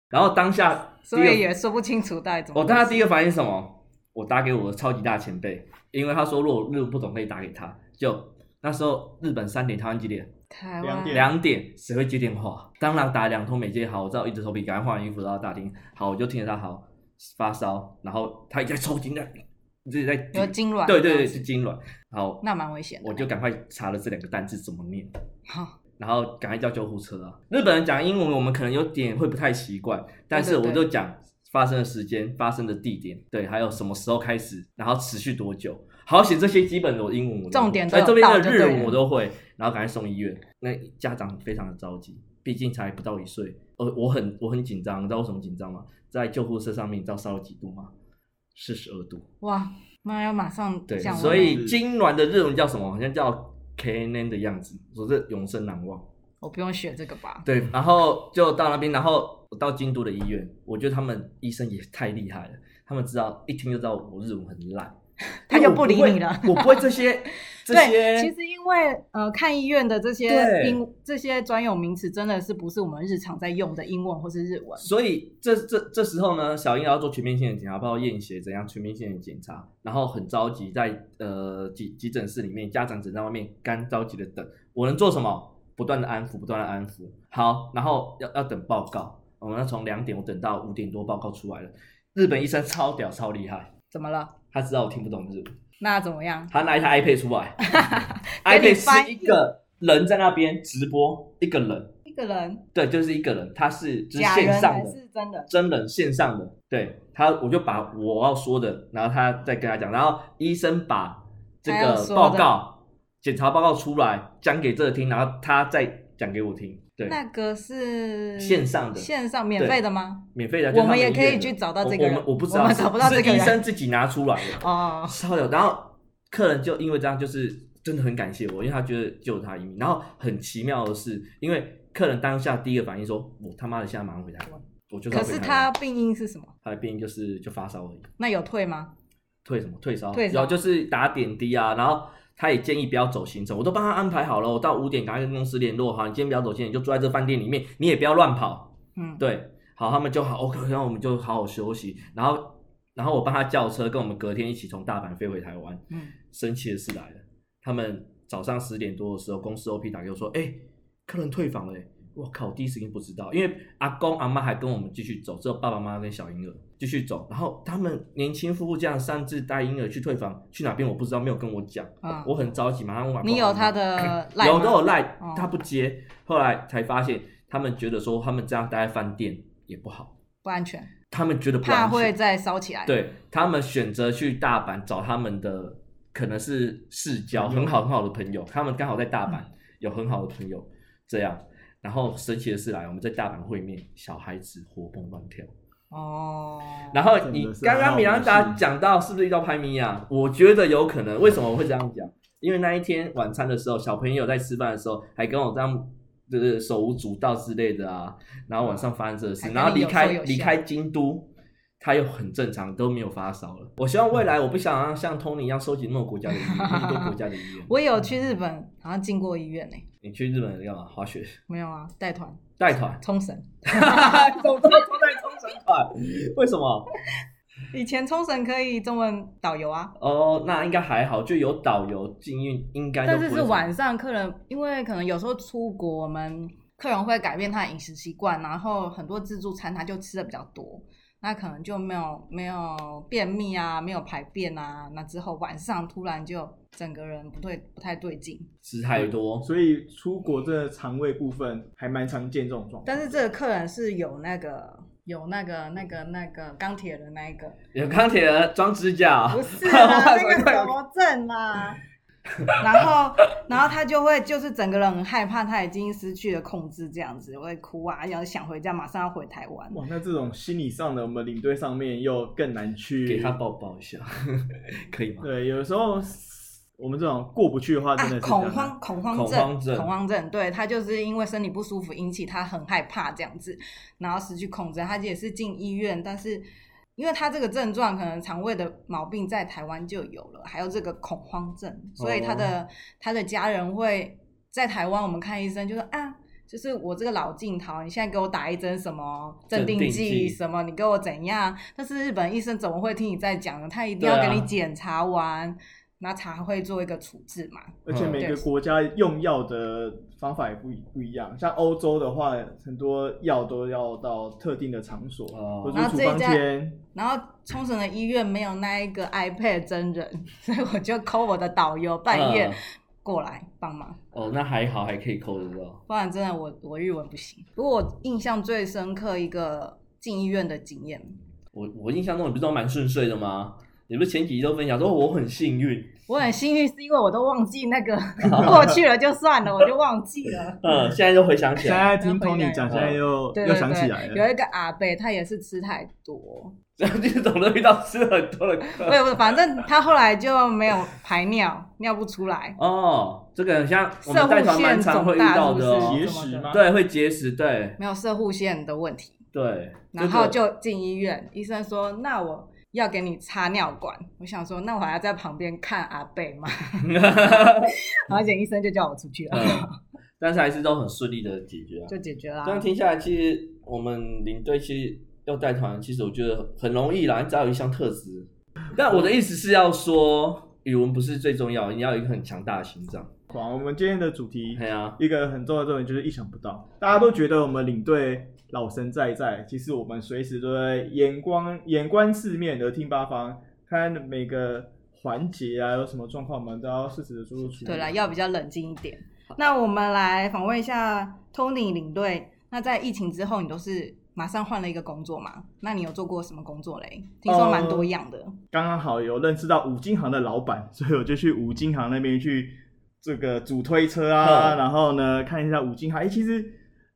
[SPEAKER 2] 然后当下第
[SPEAKER 1] 所以
[SPEAKER 2] 二，
[SPEAKER 1] 也说不清楚到底怎么
[SPEAKER 2] 我
[SPEAKER 1] 回
[SPEAKER 2] 当
[SPEAKER 1] 事。
[SPEAKER 2] 下第一个反应是什么？我打给我的超级大前辈，因为他说如果日文不懂可以打给他，就那时候日本三点，台湾几点？
[SPEAKER 1] 台
[SPEAKER 3] 两
[SPEAKER 1] 湾
[SPEAKER 3] 点
[SPEAKER 2] 两点，谁会接电话？当然打两通没接，好，我知道，硬着头皮赶快换完衣服，然后打听，好，我就听着他好发烧，然后他一直在抽筋，在自己在
[SPEAKER 1] 有痉挛，
[SPEAKER 2] 对对对，，是痉挛。好，
[SPEAKER 1] 那蛮危险的。
[SPEAKER 2] 我就赶快查了这两个单字怎么念，
[SPEAKER 1] 好，
[SPEAKER 2] 然后赶快叫救护车啊。日本人讲英文，我们可能有点会不太习惯，但是
[SPEAKER 1] 对对
[SPEAKER 2] 我
[SPEAKER 1] 对
[SPEAKER 2] 就讲发生的时间、发生的地点，对，还有什么时候开始，然后持续多久。好写这些基本的英文我都会，
[SPEAKER 1] 重点都
[SPEAKER 2] 在
[SPEAKER 1] 有
[SPEAKER 2] 这边的
[SPEAKER 1] 到就
[SPEAKER 2] 日
[SPEAKER 1] 对
[SPEAKER 2] 文
[SPEAKER 1] 了
[SPEAKER 2] 我都会，然后赶快送医院。那家长非常的着急，毕竟才不到一岁，呃，我很我很紧张，你知道为什么紧张吗？在救护车上面，你知道烧了几度吗？四十二度。
[SPEAKER 1] 哇，妈要马上
[SPEAKER 2] 对，
[SPEAKER 1] 降温
[SPEAKER 2] 所
[SPEAKER 1] 了
[SPEAKER 2] 以痉挛的日文叫什么？好像叫 K N N 的样子，我是永生难忘。
[SPEAKER 1] 我不用学这个吧？
[SPEAKER 2] 对，然后就到那边，然后我到京都的医院，我觉得他们医生也太厉害了，他们知道一听就知道我日文很烂，
[SPEAKER 1] 他就不理你了
[SPEAKER 2] 因为我不会我不会 这些这
[SPEAKER 1] 对，其
[SPEAKER 2] 些，
[SPEAKER 1] 实因为呃，看医院的这些
[SPEAKER 2] 对
[SPEAKER 1] 英这些专有名词，真的是不是我们日常在用的英文或是日文？
[SPEAKER 2] 所以这这这时候呢，小英要做全面性的检查，包括验血怎样全面性的检查，然后很着急在，呃急急诊室里面，家长只在外面干着急的等，我能做什么？不断的安抚，不断的安抚。好，然后要要等报告，我们要从两点我等到五点多报告出来了。日本医生超屌超厉害，
[SPEAKER 1] 怎么了？
[SPEAKER 2] 他知道我听不懂日文，
[SPEAKER 1] 那怎么样？
[SPEAKER 2] 他拿一台 iPad 出 来
[SPEAKER 1] 给你
[SPEAKER 2] ，iPad
[SPEAKER 1] 翻
[SPEAKER 2] 是
[SPEAKER 1] 译
[SPEAKER 2] 一个人在那边直播，一个人，
[SPEAKER 1] 一个人，
[SPEAKER 2] 对，就是一个人，他是就是
[SPEAKER 1] 假
[SPEAKER 2] 线
[SPEAKER 1] 人
[SPEAKER 2] 上
[SPEAKER 1] 还
[SPEAKER 2] 的，
[SPEAKER 1] 是真的？
[SPEAKER 2] 真人线上的，对他，我就把我要说的，然后他再跟他讲，然后医生把这
[SPEAKER 1] 他要
[SPEAKER 2] 个
[SPEAKER 1] 说的
[SPEAKER 2] 报告、检查报告出来讲给这个听，然后他再讲给我听，对，
[SPEAKER 1] 那个是
[SPEAKER 2] 线上的
[SPEAKER 1] 线上免费的吗？
[SPEAKER 2] 免费的，
[SPEAKER 1] 我
[SPEAKER 2] 就他
[SPEAKER 1] 们也
[SPEAKER 2] 医
[SPEAKER 1] 可以
[SPEAKER 2] 院的
[SPEAKER 1] 去找到
[SPEAKER 2] 我
[SPEAKER 1] 这个人
[SPEAKER 2] 我们我不知
[SPEAKER 1] 我
[SPEAKER 2] 道
[SPEAKER 1] 们
[SPEAKER 2] 是，
[SPEAKER 1] 找不到这个
[SPEAKER 2] 是医
[SPEAKER 1] 人
[SPEAKER 2] 生自己拿出来的，
[SPEAKER 1] 哦，
[SPEAKER 2] 超有。然后客人就因为这样，就是真的很感谢我，因为他觉得救了他一命。然后很奇妙的是，因为客人当下第一个反应说：“我他妈的现在马上回台湾。”我就是
[SPEAKER 1] 可
[SPEAKER 2] 要回
[SPEAKER 1] 是
[SPEAKER 2] 台湾
[SPEAKER 1] 他病因是什么？
[SPEAKER 2] 他的病就是就发烧而已。
[SPEAKER 1] 那有退吗？
[SPEAKER 2] 退什么退烧，
[SPEAKER 1] 退烧
[SPEAKER 2] 然后就是打点滴啊，然后他也建议不要走行程，我都帮他安排好了，我到五点赶快跟公司联络，好，你今天不要走行程，你就住在这饭店里面，你也不要乱跑，
[SPEAKER 1] 嗯，
[SPEAKER 2] 对，好，他们就好 OK，然后我们就好好休息，然后然后我帮他叫车，跟我们隔天一起从大阪飞回台湾。
[SPEAKER 1] 嗯，
[SPEAKER 2] 生气的事来了，他们早上十点多的时候，公司 OP 打给我说，哎、客人退房了、欸，我靠，我第一时间不知道，因为阿公阿妈还跟我们继续走，只有爸爸妈妈跟小婴儿继续走，然后他们年轻夫妇这样擅自带婴儿去退房，去哪边我不知道，没有跟我讲，
[SPEAKER 1] 嗯
[SPEAKER 2] 我很着急，马上问阿公
[SPEAKER 1] 你有
[SPEAKER 2] 阿嬷
[SPEAKER 1] 他的 line
[SPEAKER 2] 嗯有
[SPEAKER 1] 吗
[SPEAKER 2] 都有赖
[SPEAKER 1] 哦，
[SPEAKER 2] 他不接，后来才发现他们觉得说他们这样待在饭店也不好，
[SPEAKER 1] 不安全，
[SPEAKER 2] 他们觉得不
[SPEAKER 1] 怕
[SPEAKER 2] 安全
[SPEAKER 1] 会再烧起来。，
[SPEAKER 2] 对他们选择去大阪找他们的可能是世交
[SPEAKER 3] 朋友嗯
[SPEAKER 2] 很好很好的朋友，他们刚好在大阪有很好的朋友，这样。然后神奇的事来，我们在大阪会面，小孩子活蹦乱跳。
[SPEAKER 1] 哦，
[SPEAKER 2] 然后你
[SPEAKER 3] 真的是
[SPEAKER 2] 刚刚米兰
[SPEAKER 3] 还好
[SPEAKER 2] 达
[SPEAKER 3] 没事
[SPEAKER 2] 讲到是不是遇到拍米亚？我觉得有可能。为什么我会这样讲？因为那一天晚餐的时候，小朋友在吃饭的时候还跟我这样，就是手舞足蹈之类的啊。然后晚上发生这个事
[SPEAKER 1] 嗯还，跟你
[SPEAKER 2] 然后离开
[SPEAKER 1] 有说有笑
[SPEAKER 2] 离开京都，他又很正常，都没有发烧了。我希望未来我不想让像 Tony 一样收集那么国家的医院，那么多国家的医 院。
[SPEAKER 1] 我有去日本，好像进过医院呢、
[SPEAKER 2] 你去日本干嘛？滑雪
[SPEAKER 1] 没有啊，带团，
[SPEAKER 2] 带团
[SPEAKER 1] 冲绳。
[SPEAKER 2] 总都都在冲绳团，为什么？
[SPEAKER 1] 以前冲绳可以中文导游啊，
[SPEAKER 2] 哦，那应该还好，就有导游进运，应该都
[SPEAKER 1] 但是
[SPEAKER 2] 不
[SPEAKER 1] 是
[SPEAKER 2] 会
[SPEAKER 1] 晚上客人，因为可能有时候出国，我们客人会改变他的饮食习惯，然后很多自助餐他就吃的比较多，那可能就没有没有便秘啊，没有排便啊，那之后晚上突然就整个人不对不太对劲，
[SPEAKER 2] 吃太多，
[SPEAKER 3] 所以出国这肠胃部分还蛮常见这种状况。
[SPEAKER 1] 但是这个客人是有那个。有那个、那个、那个钢铁人那一个，
[SPEAKER 2] 有钢铁人装啊指甲，
[SPEAKER 1] 不是 啦，
[SPEAKER 2] 我
[SPEAKER 1] 那
[SPEAKER 2] 以为
[SPEAKER 1] 个什么症啦。然后，然后他就会就是整个人很害怕，他已经失去了控制，这样子会哭啊，要想回家，马上要回台湾。
[SPEAKER 3] 哇，那这种心理上的，我们领队上面又更难去
[SPEAKER 2] 给他抱抱 一下，可以吗？
[SPEAKER 3] 对，有时候我们这种过不去的话，
[SPEAKER 1] 啊
[SPEAKER 3] 真的是、，
[SPEAKER 1] 恐慌，恐慌
[SPEAKER 2] 恐
[SPEAKER 1] 症，
[SPEAKER 2] 慌症
[SPEAKER 1] 恐慌症，对他就是因为身体不舒服引起他很害怕这样子，然后失去控制，他也是进医院，但是因为他这个症状可能肠胃的毛病在台湾就有了，还有这个恐慌症，所以他的、他的家人会在台湾我们看医生就说啊。就是我这个老镜头，你现在给我打一针什么镇定
[SPEAKER 2] 镇定
[SPEAKER 1] 剂
[SPEAKER 2] 剂
[SPEAKER 1] 什么，你给我怎样？但是日本医生怎么会听你在讲呢？他一定要
[SPEAKER 2] 对啊
[SPEAKER 1] 给你检查完，那才会做一个处置嘛。
[SPEAKER 3] 而且每个国家用药的方法也不一不一样，像欧洲的话，很多药都要到特定的场所，
[SPEAKER 2] 哦
[SPEAKER 3] 或
[SPEAKER 1] 啊
[SPEAKER 3] 者是处方间。
[SPEAKER 1] 然后冲绳的医院没有那一个 iPad 真人， 所以我就 call 我的导游半夜
[SPEAKER 2] 嗯
[SPEAKER 1] 过来帮忙，
[SPEAKER 2] 哦，那还好，还可以扣得到。
[SPEAKER 1] 不然真的我我日文不行。不过我印象最深刻一个进医院的经验，
[SPEAKER 2] 我我印象中你不是都蛮顺遂的吗？你不是前几集都分享说哦我很幸运，
[SPEAKER 1] 我很幸运是因为我都忘记那 个过去了就算了，我就忘记了。
[SPEAKER 2] 嗯，现在又回想起
[SPEAKER 3] 现
[SPEAKER 1] 啊
[SPEAKER 2] 来，
[SPEAKER 3] 在听 Tony 讲，现在又
[SPEAKER 1] 对
[SPEAKER 3] 又
[SPEAKER 1] 对
[SPEAKER 3] 想起来
[SPEAKER 1] 对，有
[SPEAKER 3] 了。
[SPEAKER 1] 一个阿伯，他也是吃太多，
[SPEAKER 2] 这样就总能遇到吃很多的
[SPEAKER 1] 不
[SPEAKER 2] 客。
[SPEAKER 1] 不，反正他后来就没有排尿，尿不出来，
[SPEAKER 2] 哦，这个很像我
[SPEAKER 1] 射
[SPEAKER 2] 们带
[SPEAKER 1] 护
[SPEAKER 2] 团蛮
[SPEAKER 1] 腺
[SPEAKER 2] 常
[SPEAKER 1] 肿
[SPEAKER 2] 会遇
[SPEAKER 1] 大
[SPEAKER 2] 到
[SPEAKER 1] 是不
[SPEAKER 2] 的、
[SPEAKER 1] 是
[SPEAKER 2] 哦，
[SPEAKER 3] 结
[SPEAKER 1] 什么
[SPEAKER 3] 石
[SPEAKER 1] 的
[SPEAKER 3] 吗
[SPEAKER 2] 对，会结石，对
[SPEAKER 1] 没有射护腺的问题，
[SPEAKER 2] 对。
[SPEAKER 1] 然后
[SPEAKER 2] 这个
[SPEAKER 1] 就进医院，医生说那我要给你插尿管，我想说那我还要在旁边看阿贝 嘛，而且医生就叫我出去了，
[SPEAKER 2] 嗯，但是还是都很顺利的解决啊。
[SPEAKER 1] 就解决啦
[SPEAKER 2] 这。样听下来，其实我们领队其实要带团，其实我觉得很容易啦，你只要有一项特质。但我的意思是要说，语文不是最重要，你要有一个很强大的心脏。
[SPEAKER 3] 好，我们今天的主题
[SPEAKER 2] 对啊，
[SPEAKER 3] 一个很重要的重点就是意想不到，大家都觉得我们领队老神在在，其实我们随时都在眼光眼观四面，耳听八方，看每个环节啊有什么状况，我们都要适时的做出处理。
[SPEAKER 1] 对啦，要比较冷静一点。那我们来访问一下 Tony 领队，那在疫情之后，你都是马上换了一个工作嘛？那你有做过什么工作嘞？听说蛮
[SPEAKER 2] 哦
[SPEAKER 1] 多样的。
[SPEAKER 3] 刚刚好有认识到五金行的老板，所以我就去五金行那边去这个组推车啊，
[SPEAKER 2] 嗯
[SPEAKER 3] 然后呢看一下五金行。哎、其实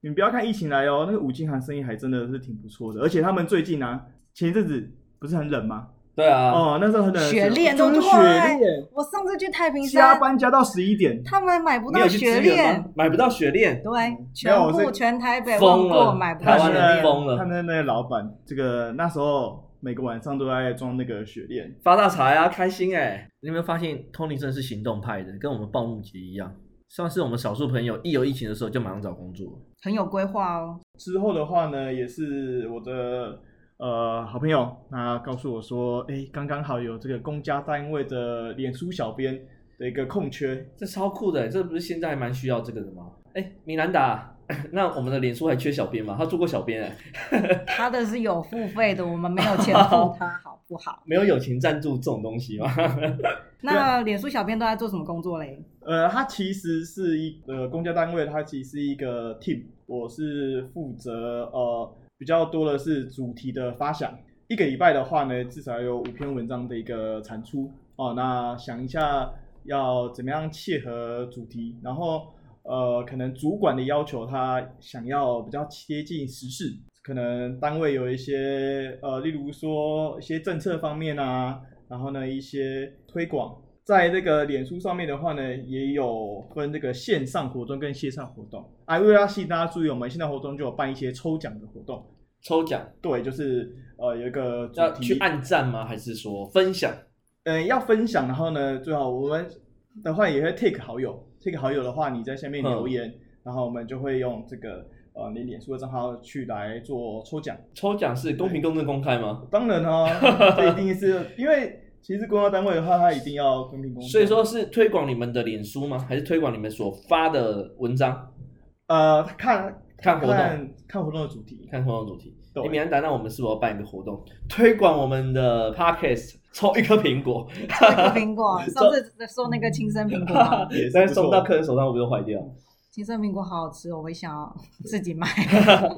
[SPEAKER 3] 你不要看疫情来哦，那个五金行生意还真的是挺不错的，而且他们最近啊，前一阵子不是很冷吗？
[SPEAKER 2] 对啊，
[SPEAKER 3] 哦，那时候很冷的时候，
[SPEAKER 1] 雪链
[SPEAKER 3] 就是
[SPEAKER 1] 都
[SPEAKER 3] 雪
[SPEAKER 1] 突然
[SPEAKER 3] 链，
[SPEAKER 1] 我上次去太平
[SPEAKER 3] 加
[SPEAKER 1] 山，
[SPEAKER 3] 班加到十一点，
[SPEAKER 1] 他们买不
[SPEAKER 2] 你
[SPEAKER 1] 到
[SPEAKER 2] 有去
[SPEAKER 1] 雪
[SPEAKER 2] 支援
[SPEAKER 1] 链
[SPEAKER 2] 吗，？买不到雪链，
[SPEAKER 1] 对，
[SPEAKER 3] 有
[SPEAKER 1] 全
[SPEAKER 3] 我
[SPEAKER 1] 部
[SPEAKER 3] 是
[SPEAKER 1] 全台北
[SPEAKER 2] 疯
[SPEAKER 1] 问
[SPEAKER 2] 了
[SPEAKER 1] 过买不
[SPEAKER 2] 台
[SPEAKER 1] 到
[SPEAKER 2] 湾
[SPEAKER 1] 雪
[SPEAKER 2] 人
[SPEAKER 1] 链。
[SPEAKER 2] 疯了
[SPEAKER 3] 他们那个老板，这个那时候每个晚上都在装那个雪链，
[SPEAKER 2] 发大财啊，开心哎、你有没有发现 Tony 真的是行动派的，跟我们暴怒节一样，算是我们少数朋友一有疫情的时候就马上找工作。
[SPEAKER 1] 很有规划哦。
[SPEAKER 3] 之后的话呢，也是我的呃好朋友，那告诉我说，哎、刚刚好有这个公家单位的脸书小编的一个空缺，
[SPEAKER 2] 这超酷的、欸这不是现在还蛮需要这个的吗？哎、米兰达， 那我们的脸书还缺小编吗？他做过小编哎、
[SPEAKER 1] 他的是有付费的，我们没有钱付他，好不 好？
[SPEAKER 2] 没有友情赞助这种东西吗？
[SPEAKER 1] 那脸书小编都在做什么工作嘞？
[SPEAKER 3] 呃，他其实是一呃公家单位，它其实是一个 team，我是负责呃比较多的是主题的发想，一个礼拜的话呢，至少有五篇文章的一个产出哦。那想一下要怎么样切合主题，然后呃，可能主管的要求他想要比较贴近时事，可能单位有一些呃，例如说一些政策方面啊，然后呢一些推广。在这个脸书上面的话呢，也有分这个线上活动跟线上活动啊。为了要吸引大家注意，我们线上活动就有办一些抽奖的活动。
[SPEAKER 2] 抽奖
[SPEAKER 3] 对，就是呃有一个主
[SPEAKER 2] 要
[SPEAKER 3] 题，
[SPEAKER 2] 去按赞吗？还是说分享？
[SPEAKER 3] 嗯、要分享，然后呢，最好我们的话也会 take 好友，take 好友的话，你在下面
[SPEAKER 2] 嗯
[SPEAKER 3] 留言，然后我们就会用这个呃你脸书的账号去来做抽奖。
[SPEAKER 2] 抽奖是公平、公正、公开吗？
[SPEAKER 3] 当然 哦，这一定是因为其实公关单位的话，它一定要公平公正。
[SPEAKER 2] 所以说是推广你们的脸书吗？还是推广你们所发的文章？
[SPEAKER 3] 呃，看
[SPEAKER 2] 看活动
[SPEAKER 3] 看看活动的主题，
[SPEAKER 2] 看活动主题。
[SPEAKER 3] 对
[SPEAKER 2] 诶米兰达，那我们是不是要办一个活动，推广我们的 podcast，抽一颗苹果，
[SPEAKER 1] 做一个苹果，上次说那个青生苹果吗，
[SPEAKER 3] 也是
[SPEAKER 2] 但
[SPEAKER 3] 不
[SPEAKER 2] 是
[SPEAKER 3] 错
[SPEAKER 2] 送到客人手上，会不会坏掉？
[SPEAKER 1] 青生苹果好好吃哦，我也想要自己买。 哦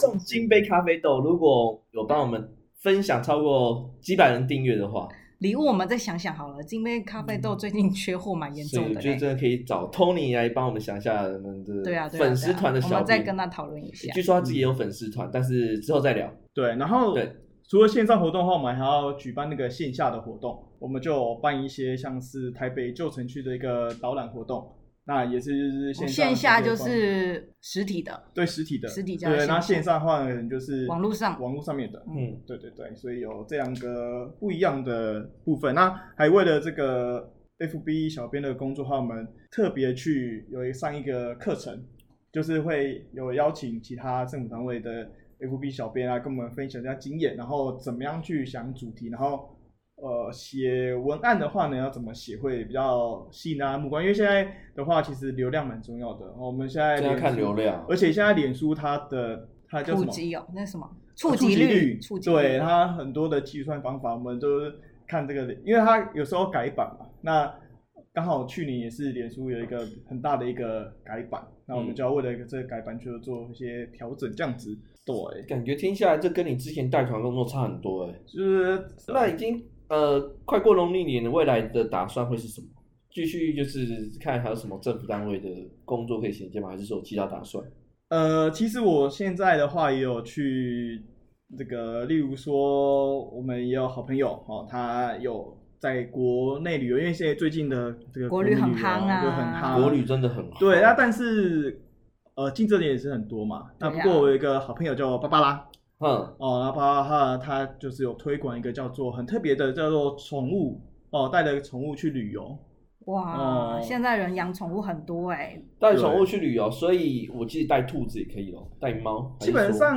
[SPEAKER 2] 送金杯咖啡豆，如果有帮我们分享超过几百人订阅的话，
[SPEAKER 1] 礼物我们再想想好了，金杯咖啡豆最近缺货蛮严
[SPEAKER 2] 所以
[SPEAKER 1] 重
[SPEAKER 2] 我
[SPEAKER 1] 的
[SPEAKER 2] 觉得
[SPEAKER 1] 嘞。
[SPEAKER 2] 真的可以找 Tony 来帮我们想一下我们的
[SPEAKER 1] 对啊，对啊，
[SPEAKER 2] 粉丝团的
[SPEAKER 1] 对啊我
[SPEAKER 2] 小
[SPEAKER 1] 们再
[SPEAKER 2] 编。
[SPEAKER 1] 跟他讨论一下。
[SPEAKER 2] 据说他自己也有粉丝团，但是之后再聊。
[SPEAKER 3] 对，然后
[SPEAKER 2] 对
[SPEAKER 3] 除了线上活动的话，我们还要举办那个线下的活动，我们就有办一些像是台北旧城区的一个导览活动，那也是就是
[SPEAKER 1] 我
[SPEAKER 3] 线上
[SPEAKER 1] 哦线下就
[SPEAKER 3] 直接观
[SPEAKER 1] 是实体的，
[SPEAKER 3] 对实体的，
[SPEAKER 1] 实体加
[SPEAKER 3] 对，
[SPEAKER 1] 线
[SPEAKER 3] 那
[SPEAKER 1] 上
[SPEAKER 3] 线上的话可能就是
[SPEAKER 1] 网络上
[SPEAKER 3] 网络上面的，
[SPEAKER 2] 嗯，
[SPEAKER 3] 对对对，所以有这两个不一样的部分。那还为了这个 FB 小编的工作的话，我们特别去有一上一个课程，就是会有邀请其他政府单位的 FB 小编啊，跟我们分享一下经验，然后怎么样去想主题，然后呃写文案的话呢，要怎么写会比较吸引大啊家目光？因为现在的话，其实流量蛮重要的。哦我们现在
[SPEAKER 2] 现在
[SPEAKER 3] 脸
[SPEAKER 2] 看
[SPEAKER 3] 书
[SPEAKER 2] 流量，
[SPEAKER 3] 而且现在脸书它的它叫什
[SPEAKER 1] 触
[SPEAKER 3] 么？
[SPEAKER 1] 及哦，那什么
[SPEAKER 3] 触
[SPEAKER 1] 及
[SPEAKER 3] 率，
[SPEAKER 1] 触及率
[SPEAKER 3] 对它很多的计算方法，我们都是看这个，因为它有时候改版嘛。那刚好去年也是脸书有一个很大的一个改版，那我们
[SPEAKER 2] 嗯
[SPEAKER 3] 就要为了这个改版去做一些调整，这样子。对，
[SPEAKER 2] 感觉听下来这跟你之前带团工作差很多哎、
[SPEAKER 3] 就是
[SPEAKER 2] 那已经呃快过农历年，你未来的打算会是什么？继续就是看还有什么政府单位的工作可以衔接吗？还是说有其他打算？
[SPEAKER 3] 呃，其实我现在的话也有去这个，例如说我们也有好朋友哦，他有在国内旅游，因为现在最近的这个
[SPEAKER 1] 国
[SPEAKER 3] 旅
[SPEAKER 1] 旅很
[SPEAKER 3] 游
[SPEAKER 1] 夯啊
[SPEAKER 3] 对，很夯，
[SPEAKER 2] 国旅真的很好，
[SPEAKER 3] 对，那但是呃，竞争点也是很多嘛。那不
[SPEAKER 1] 对呀啊
[SPEAKER 3] 过我有一个好朋友叫芭芭拉
[SPEAKER 2] 嗯
[SPEAKER 3] 哦，那芭芭拉她就是有推广一个叫做很特别的叫做宠物哦，带着宠物去旅游。
[SPEAKER 1] 哇，
[SPEAKER 3] 哦
[SPEAKER 1] 现在人养宠物很多哎、
[SPEAKER 2] 带宠物去旅游，所以我记得带兔子也可以咯，带猫，
[SPEAKER 3] 基本
[SPEAKER 2] 还是说
[SPEAKER 3] 上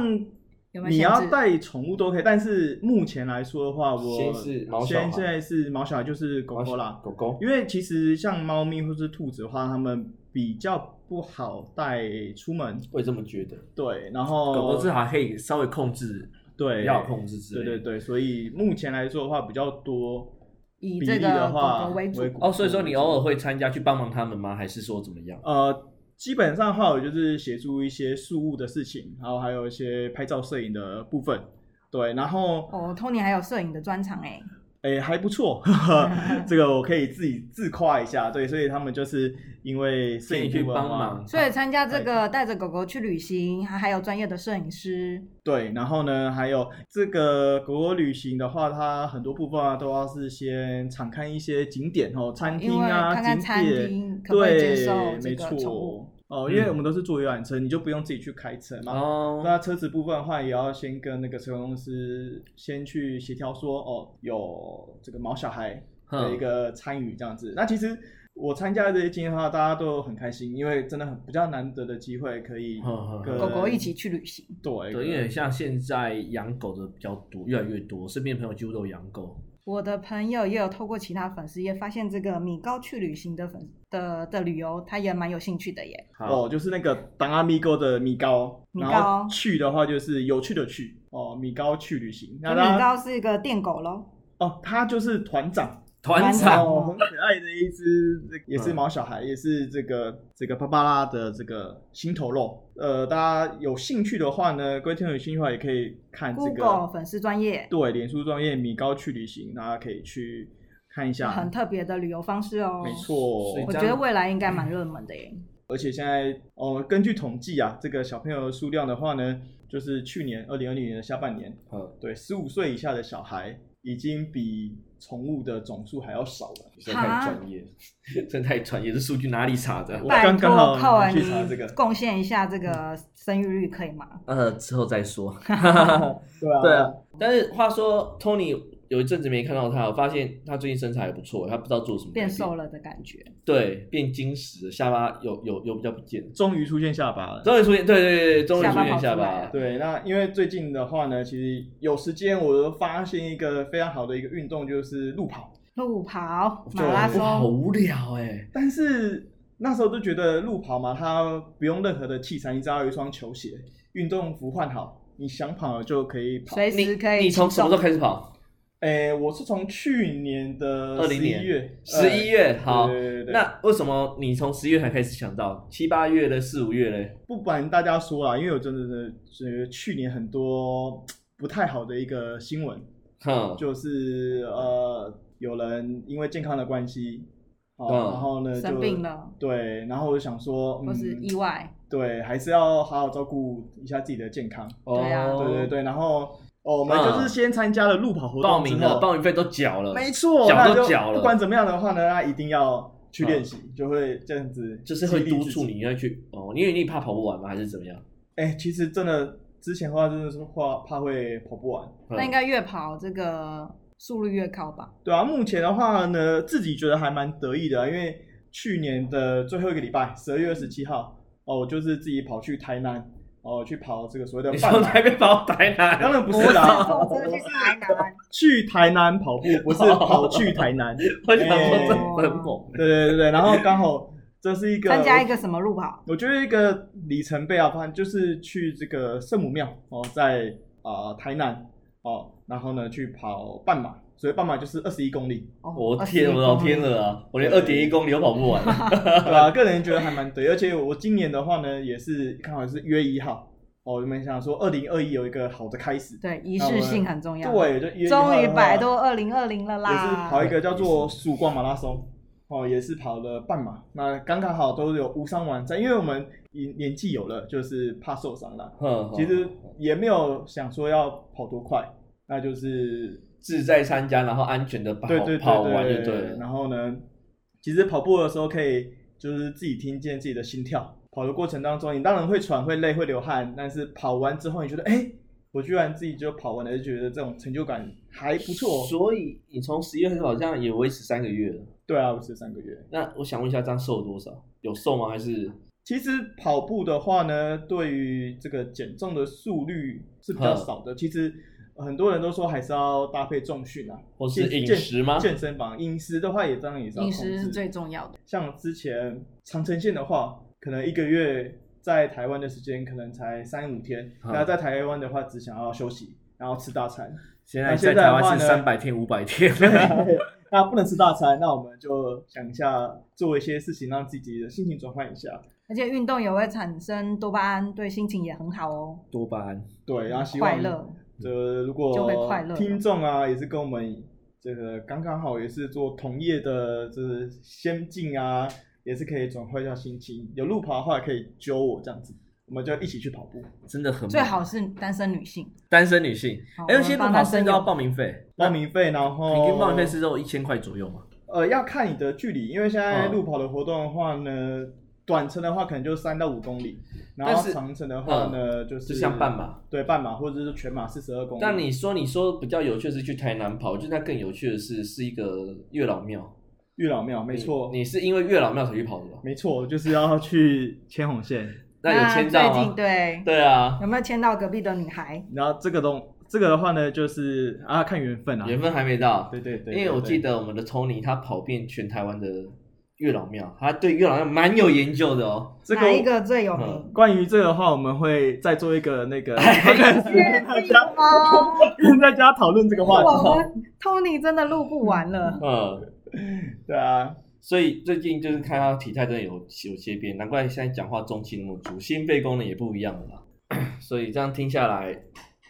[SPEAKER 1] 有没有
[SPEAKER 3] 你
[SPEAKER 1] 限
[SPEAKER 3] 要
[SPEAKER 1] 制
[SPEAKER 3] 带宠物都可以，但是目前来说的话，我
[SPEAKER 2] 先是毛小
[SPEAKER 3] 先
[SPEAKER 2] 孩
[SPEAKER 3] 现在是毛小孩就是狗狗啦，
[SPEAKER 2] 狗狗，
[SPEAKER 3] 因为其实像猫咪或是兔子的话，它们比较不好带出门。
[SPEAKER 2] 我也这么觉得。
[SPEAKER 3] 对，然后
[SPEAKER 2] 狗狗至少可以稍微控制，
[SPEAKER 3] 对
[SPEAKER 2] 要有控制之
[SPEAKER 3] 对
[SPEAKER 2] 类的。
[SPEAKER 3] 对对，所以目前来说的话比较多
[SPEAKER 1] 以
[SPEAKER 3] 比
[SPEAKER 1] 这
[SPEAKER 3] 例的
[SPEAKER 1] 个
[SPEAKER 3] 话
[SPEAKER 1] 狗狗为主，
[SPEAKER 2] 哦，所以说你偶尔会参加去帮忙他们吗？还是说怎么样？
[SPEAKER 3] 呃，基本上的话我就是协助一些事务的事情，然后还有一些拍照摄影的部分。对，然后
[SPEAKER 1] 哦，Tony 还有摄影的专场哎、
[SPEAKER 3] 诶还不错， 呵呵这个我可以自己自夸一下。对，所以他们就是因为摄
[SPEAKER 2] 可以
[SPEAKER 3] 影
[SPEAKER 2] 去
[SPEAKER 3] 部分的
[SPEAKER 2] 帮
[SPEAKER 3] 话
[SPEAKER 2] 忙，
[SPEAKER 1] 所以参加这个带着狗狗去旅行，还还有专业的摄影师，
[SPEAKER 3] 对，然后呢，还有这个狗狗旅行的话，它很多部分啊都要是先常看一些景点哦，餐
[SPEAKER 1] 因
[SPEAKER 3] 厅
[SPEAKER 1] 为
[SPEAKER 3] 啊，
[SPEAKER 1] 看看
[SPEAKER 3] 景
[SPEAKER 1] 餐
[SPEAKER 3] 点
[SPEAKER 1] 厅可不可以接
[SPEAKER 3] 对，
[SPEAKER 1] 受这
[SPEAKER 3] 没
[SPEAKER 1] 个宠物。
[SPEAKER 3] 错。哦，因为
[SPEAKER 2] 嗯
[SPEAKER 3] 我们都是坐游览车，你就不用自己去开车嘛。
[SPEAKER 2] 哦，
[SPEAKER 3] 那车子部分的话，也要先跟那个车公司先去协调说，哦，有这个毛小孩
[SPEAKER 2] 嗯
[SPEAKER 3] 的一个参与这样子。那其实我参加这些经验的话，大家都很开心，因为真的很比较难得的机会可以
[SPEAKER 2] 哼哼
[SPEAKER 3] 跟
[SPEAKER 1] 狗狗一起去旅行，
[SPEAKER 3] 对
[SPEAKER 2] 嗯对，因为像现在养狗的比较多，越来越多，身边朋友几乎都有养狗。
[SPEAKER 1] 我的朋友也有透过其他粉丝也发现这个米高去旅行的粉的的旅游，他也蛮有兴趣的耶。
[SPEAKER 2] 好，
[SPEAKER 3] 哦，就是那个当阿米哥的米糕，
[SPEAKER 1] 米糕
[SPEAKER 3] 然后去的话就是有趣的去哦，米糕去旅行。那
[SPEAKER 1] 米
[SPEAKER 3] 他
[SPEAKER 1] 高是一个电狗喽，
[SPEAKER 3] 哦，他就是团长，
[SPEAKER 2] 团
[SPEAKER 1] 团长
[SPEAKER 2] 长，
[SPEAKER 3] 哦，很可爱的一只，这个也是毛小孩，也是这个这个芭芭拉的这个心头肉。呃，大家有兴趣的话呢，各位听众有兴趣的话也可以看这
[SPEAKER 1] Google
[SPEAKER 3] 个
[SPEAKER 1] 粉丝专业，
[SPEAKER 3] 对脸书专业米糕去旅行，大家可以去看一下。
[SPEAKER 1] 很特别的旅游方式哦。
[SPEAKER 3] 啊没，错，
[SPEAKER 2] 是
[SPEAKER 1] 我觉得未来应该蛮热门的耶。
[SPEAKER 3] 而且现在哦，根据统计啊，这个小朋友的数量的话呢，就是去年二零二零年的下半年，
[SPEAKER 2] 嗯，
[SPEAKER 3] 对，十五岁以下的小孩已经比宠物的总数还要少了。
[SPEAKER 2] 真的太专业， 真的太专业，这数据哪里查的？
[SPEAKER 3] 我
[SPEAKER 1] 拜
[SPEAKER 3] 刚刚
[SPEAKER 1] 托
[SPEAKER 3] 好
[SPEAKER 1] 寇尔，
[SPEAKER 3] 去查这个嗯
[SPEAKER 1] 你贡献一下这个生育率可以吗？
[SPEAKER 2] 呃，之后再说。
[SPEAKER 3] 对啊，
[SPEAKER 2] 对啊，但是话说，Tony 有一阵子没看到他，我发现他最近身材还不错，他不知道做什么改
[SPEAKER 1] 变
[SPEAKER 2] 变
[SPEAKER 1] 瘦了的感觉，
[SPEAKER 2] 对，变金石了，下巴有有有比较不见了，
[SPEAKER 3] 终于出现下巴了。
[SPEAKER 2] 终于出现，对对对，终于
[SPEAKER 1] 下
[SPEAKER 2] 出
[SPEAKER 1] 巴
[SPEAKER 2] 现
[SPEAKER 1] 跑
[SPEAKER 2] 下
[SPEAKER 1] 出来
[SPEAKER 2] 巴
[SPEAKER 1] 了，
[SPEAKER 3] 对，那因为最近的话呢，其实有时间我都发现一个非常好的一个运动，就是路跑。
[SPEAKER 1] 路跑、
[SPEAKER 2] 哦
[SPEAKER 3] 对
[SPEAKER 1] 马拉
[SPEAKER 2] 哇，好
[SPEAKER 1] 松，
[SPEAKER 2] 无聊哎、
[SPEAKER 3] 但是那时候就觉得路跑嘛，它不用任何的器材，你只要有一双球鞋、运动服换好，你想跑就可以跑。
[SPEAKER 1] 随时可以
[SPEAKER 2] 你你从
[SPEAKER 1] 起
[SPEAKER 2] 什么时
[SPEAKER 1] 手
[SPEAKER 2] 候开始跑？
[SPEAKER 3] 诶，我是从去年的
[SPEAKER 2] 20
[SPEAKER 3] 十
[SPEAKER 2] 年
[SPEAKER 3] 一月，
[SPEAKER 2] 十一月，
[SPEAKER 3] 呃
[SPEAKER 2] 好。
[SPEAKER 3] 对对对对
[SPEAKER 2] 那为什么你从十一月才开始想到七八月嘞、四五月嘞？
[SPEAKER 3] 不瞒大家说啦，因为我真的是觉得去年很多不太好的一个新闻，
[SPEAKER 2] 哼，
[SPEAKER 3] 就是呃，有人因为健康的关系，哦、
[SPEAKER 2] 嗯
[SPEAKER 3] 然后呢就
[SPEAKER 1] 生病，了，
[SPEAKER 3] 对，然后我就想说，
[SPEAKER 1] 或
[SPEAKER 3] 嗯，
[SPEAKER 1] 是意外，
[SPEAKER 3] 对，还是要好好照顾一下自己的健康，
[SPEAKER 1] 对啊
[SPEAKER 2] 哦
[SPEAKER 3] 对对，对，然后哦，我们
[SPEAKER 2] 嗯
[SPEAKER 3] 就是先参加了路跑活动
[SPEAKER 2] 报名
[SPEAKER 3] 之后
[SPEAKER 2] 了，报名费都缴了，
[SPEAKER 3] 没错，
[SPEAKER 2] 缴
[SPEAKER 3] 那
[SPEAKER 2] 都
[SPEAKER 3] 就
[SPEAKER 2] 缴了嗯
[SPEAKER 3] 不管怎么样的话呢，那一定要去练习，就会这样子，
[SPEAKER 2] 就是会督促。你要去哦，因为你怕跑不完吗？还是怎么样？
[SPEAKER 3] 哎，其实真的之前的话真的是怕怕会跑不完。
[SPEAKER 2] 嗯
[SPEAKER 1] 那应该越跑这个速率越高 吧？
[SPEAKER 3] 对啊，目前的话呢，自己觉得还蛮得意的啊，因为去年的最后一个礼拜，十二月二十七号，哦，我就是自己跑去台南，哦，去跑这个所谓的
[SPEAKER 2] 你
[SPEAKER 3] 半
[SPEAKER 2] 从
[SPEAKER 3] 马
[SPEAKER 2] 台，北跑到台南，
[SPEAKER 3] 当然不是啦，
[SPEAKER 1] 我真的去台南，
[SPEAKER 3] 去台南跑步，不是跑去台南。
[SPEAKER 2] 我想
[SPEAKER 3] 哎
[SPEAKER 2] 说这
[SPEAKER 1] 哦
[SPEAKER 2] 很猛，
[SPEAKER 3] 对对对对，然后刚好这是一个
[SPEAKER 1] 参
[SPEAKER 2] 啊
[SPEAKER 1] 加一个什么路跑？
[SPEAKER 3] 我觉得一个里程碑啊，反正就是去这个圣母庙哦，在啊、呃台南哦，然后呢去跑半马，所以半马就是二十 一公里，
[SPEAKER 1] 哦
[SPEAKER 2] 我天，我老天！了啊！我连二点一公里都跑 不完，
[SPEAKER 3] 对吧、个人觉得还蛮对，而且我今年的话呢，也是刚好是约一号哦，我们想说二零二一有一个好的开始
[SPEAKER 1] 21，对，仪式性很重要。，
[SPEAKER 3] 对，就约1号
[SPEAKER 1] 终于
[SPEAKER 3] 的话
[SPEAKER 1] 摆脱二零二零了
[SPEAKER 3] 也是
[SPEAKER 1] 啦。
[SPEAKER 3] 跑一个叫做曙光马拉松，哦，也是跑了半马，那刚刚好都有无伤完战，因为我们年年纪有了，就是怕受伤了。
[SPEAKER 2] 哼
[SPEAKER 3] 其实也没有想说要跑多快，那就是
[SPEAKER 2] 志在参加，然后安全的跑
[SPEAKER 3] 对对对
[SPEAKER 2] 跑
[SPEAKER 3] 对
[SPEAKER 2] 完就对
[SPEAKER 3] 对
[SPEAKER 2] 了。
[SPEAKER 3] 然后呢，其实跑步的时候可以就是自己听见自己的心跳，跑的过程当中你当然会喘、会累、会流汗，但是跑完之后你觉得，哎，我居然自己就跑完了，就觉得这种成就感还哎不错。哦
[SPEAKER 2] 所以你从十一月开始好像也维持三个月了。
[SPEAKER 3] 对啊，我是三个月。
[SPEAKER 2] 那我想问一下，这样瘦了多少？有瘦吗？还是
[SPEAKER 3] 其实跑步的话呢，对于这个减重的速率是
[SPEAKER 2] 嗯
[SPEAKER 3] 比较少的。其实很多人都说还是要搭配重训啊，
[SPEAKER 2] 或是
[SPEAKER 3] 健
[SPEAKER 2] 饮食吗
[SPEAKER 3] 健健身房饮食的话也当然也是要
[SPEAKER 1] 饮
[SPEAKER 3] 控
[SPEAKER 1] 食是
[SPEAKER 3] 制。
[SPEAKER 1] 最重要的。
[SPEAKER 3] 像之前长城线的话，可能一个月在台湾的时间可能才三五天，
[SPEAKER 2] 嗯
[SPEAKER 3] 那在台湾的话只想要休息，然后吃 大餐。
[SPEAKER 2] 现
[SPEAKER 3] 在在台湾是
[SPEAKER 2] 百天、五百天？
[SPEAKER 3] 那不能吃大餐，那我们就想一下做一些事情，让自己的心情转换一下。
[SPEAKER 1] 而且运动也会产生多巴胺，对心情也很好哦，
[SPEAKER 2] 多巴胺，
[SPEAKER 3] 对，
[SPEAKER 2] 啊
[SPEAKER 3] 然后希望
[SPEAKER 1] 快乐。
[SPEAKER 2] 嗯
[SPEAKER 3] 呃，如果
[SPEAKER 1] 就会快乐
[SPEAKER 3] 听众啊，也是跟我们这个刚刚好，也是做同业的，就是先进啊，也是可以转换一下心情。有路跑的话，可以揪我这样子，我们就一起去跑步。
[SPEAKER 2] 真的很猛
[SPEAKER 1] 最好是哦单身女性，
[SPEAKER 2] 单身女性
[SPEAKER 1] 好，
[SPEAKER 2] 哎，
[SPEAKER 1] 我
[SPEAKER 2] 那
[SPEAKER 1] 们
[SPEAKER 2] 些路
[SPEAKER 1] 帮
[SPEAKER 2] 跑
[SPEAKER 1] 单
[SPEAKER 2] 是
[SPEAKER 1] 身
[SPEAKER 2] 要
[SPEAKER 1] 友
[SPEAKER 2] 报名费，
[SPEAKER 3] 报名费，然后
[SPEAKER 2] 平均报名费是都一千块左右嘛？
[SPEAKER 3] 呃，要看你的距离，因为现在
[SPEAKER 2] 嗯
[SPEAKER 3] 路跑的活动的话呢，短程的话可能就三到五公里，然
[SPEAKER 2] 但
[SPEAKER 3] 后
[SPEAKER 2] 是嗯
[SPEAKER 3] 长程的话呢，就是
[SPEAKER 2] 就像半，马。
[SPEAKER 3] 对，半马或者是全马四十二公里。
[SPEAKER 2] 但你说你说比较有趣的是去台南跑，我觉得那更有趣的是是一个月老庙。
[SPEAKER 3] 月老庙，没错，
[SPEAKER 2] 你你是因为月老庙才去跑的吧？
[SPEAKER 3] 没错，就是要去牵红线。
[SPEAKER 2] 那有签到
[SPEAKER 1] 啊最近
[SPEAKER 2] 吗？
[SPEAKER 1] 对，
[SPEAKER 2] 对啊，
[SPEAKER 1] 有没有签到隔壁的女孩？
[SPEAKER 3] 然后这个东这个的话呢，就是啊看缘分啊，
[SPEAKER 2] 缘分还没到。
[SPEAKER 3] 对对对，
[SPEAKER 2] 因为我
[SPEAKER 3] 对
[SPEAKER 2] 记，得我们的 Tony 他跑遍全台湾的月老庙，他对月老庙蛮有研究的哦。
[SPEAKER 3] 对
[SPEAKER 1] 哪一
[SPEAKER 3] 这个
[SPEAKER 1] 个最有
[SPEAKER 2] 嗯
[SPEAKER 1] 名？
[SPEAKER 3] 关于这个的话，我们会再做一个那个
[SPEAKER 1] 确定吗？
[SPEAKER 3] 跟大家讨论这个话题。
[SPEAKER 1] 我们 Tony 真的录不完了。
[SPEAKER 2] 嗯，
[SPEAKER 3] 对啊，
[SPEAKER 2] 所以最近就是看他体态真的有有些变，难怪现在讲话中气那么足，心肺功能也不一样了 啦。所以这样听下来，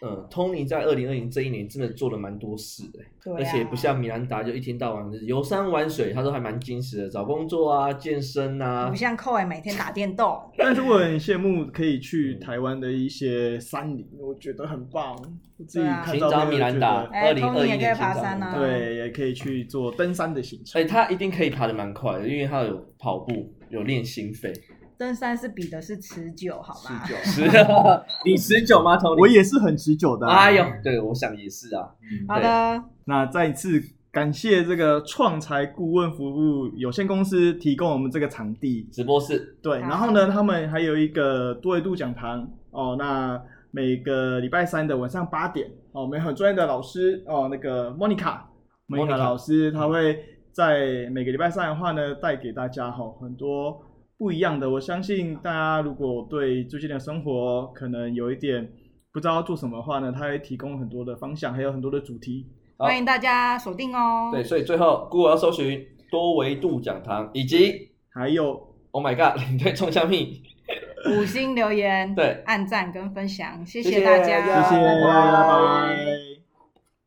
[SPEAKER 2] 嗯，Tony 在二零二零这一年真的做了蛮多事的、
[SPEAKER 1] 对啊
[SPEAKER 2] 而且不像米兰达就一天到晚就是游山玩水，他都还蛮矜持的，找工作啊、健身啊
[SPEAKER 1] 不，像寇伟每天打电动，
[SPEAKER 3] 但是我很羡慕可以去台湾的一些山林，我觉得很棒。我自己
[SPEAKER 1] 啊
[SPEAKER 3] 看
[SPEAKER 2] 寻
[SPEAKER 3] 照片
[SPEAKER 2] 找
[SPEAKER 3] 就
[SPEAKER 2] 米
[SPEAKER 3] 觉
[SPEAKER 2] 兰达
[SPEAKER 3] 得，
[SPEAKER 1] 哎
[SPEAKER 2] 二零二
[SPEAKER 1] Tony
[SPEAKER 2] 一
[SPEAKER 1] 也可以
[SPEAKER 2] 年寻
[SPEAKER 1] 爬
[SPEAKER 2] 找
[SPEAKER 1] 山
[SPEAKER 2] 米
[SPEAKER 1] 啊
[SPEAKER 2] 兰达
[SPEAKER 3] 对，也可以去做登山的行
[SPEAKER 2] 所以。
[SPEAKER 3] 程
[SPEAKER 2] 哎他一定可以爬得蛮快的，因为他有跑步，有练心 肺。
[SPEAKER 1] 登山是比的是持久，好吗？
[SPEAKER 3] 持久，
[SPEAKER 2] 是，你持久吗，头
[SPEAKER 3] 我也是很持久的啊。
[SPEAKER 2] 嗯哎呦，对，我想也是啊。
[SPEAKER 1] 好的，
[SPEAKER 3] 那再次感谢这个创财顾问服务有限公司提供我们这个场地。
[SPEAKER 2] 直播室
[SPEAKER 3] 对，
[SPEAKER 1] 好
[SPEAKER 3] 然后呢，他们还有一个多维度讲堂哦，那每个礼拜三的晚上八点哦，我们有很专业的老师哦，那个 Monica
[SPEAKER 2] Monica
[SPEAKER 3] 老师，他会在每个礼拜三的话呢，带给大家哈、哦、很多不一样的。我相信大家如果对最近的生活可能有一点不知道做什么的话呢，他会提供很多的方向，还有很多的主题。
[SPEAKER 2] 好
[SPEAKER 1] 欢迎大家锁定哦。
[SPEAKER 2] 对，所以最后 Google 要搜寻多维度讲堂，以及
[SPEAKER 3] 还有
[SPEAKER 2] Oh my God 领队冲向命。
[SPEAKER 1] 五星留言，
[SPEAKER 2] 对
[SPEAKER 1] 按赞跟分享，谢
[SPEAKER 2] 谢谢
[SPEAKER 1] 大家，
[SPEAKER 2] 谢
[SPEAKER 3] 谢谢，
[SPEAKER 2] 拜拜
[SPEAKER 3] 拜拜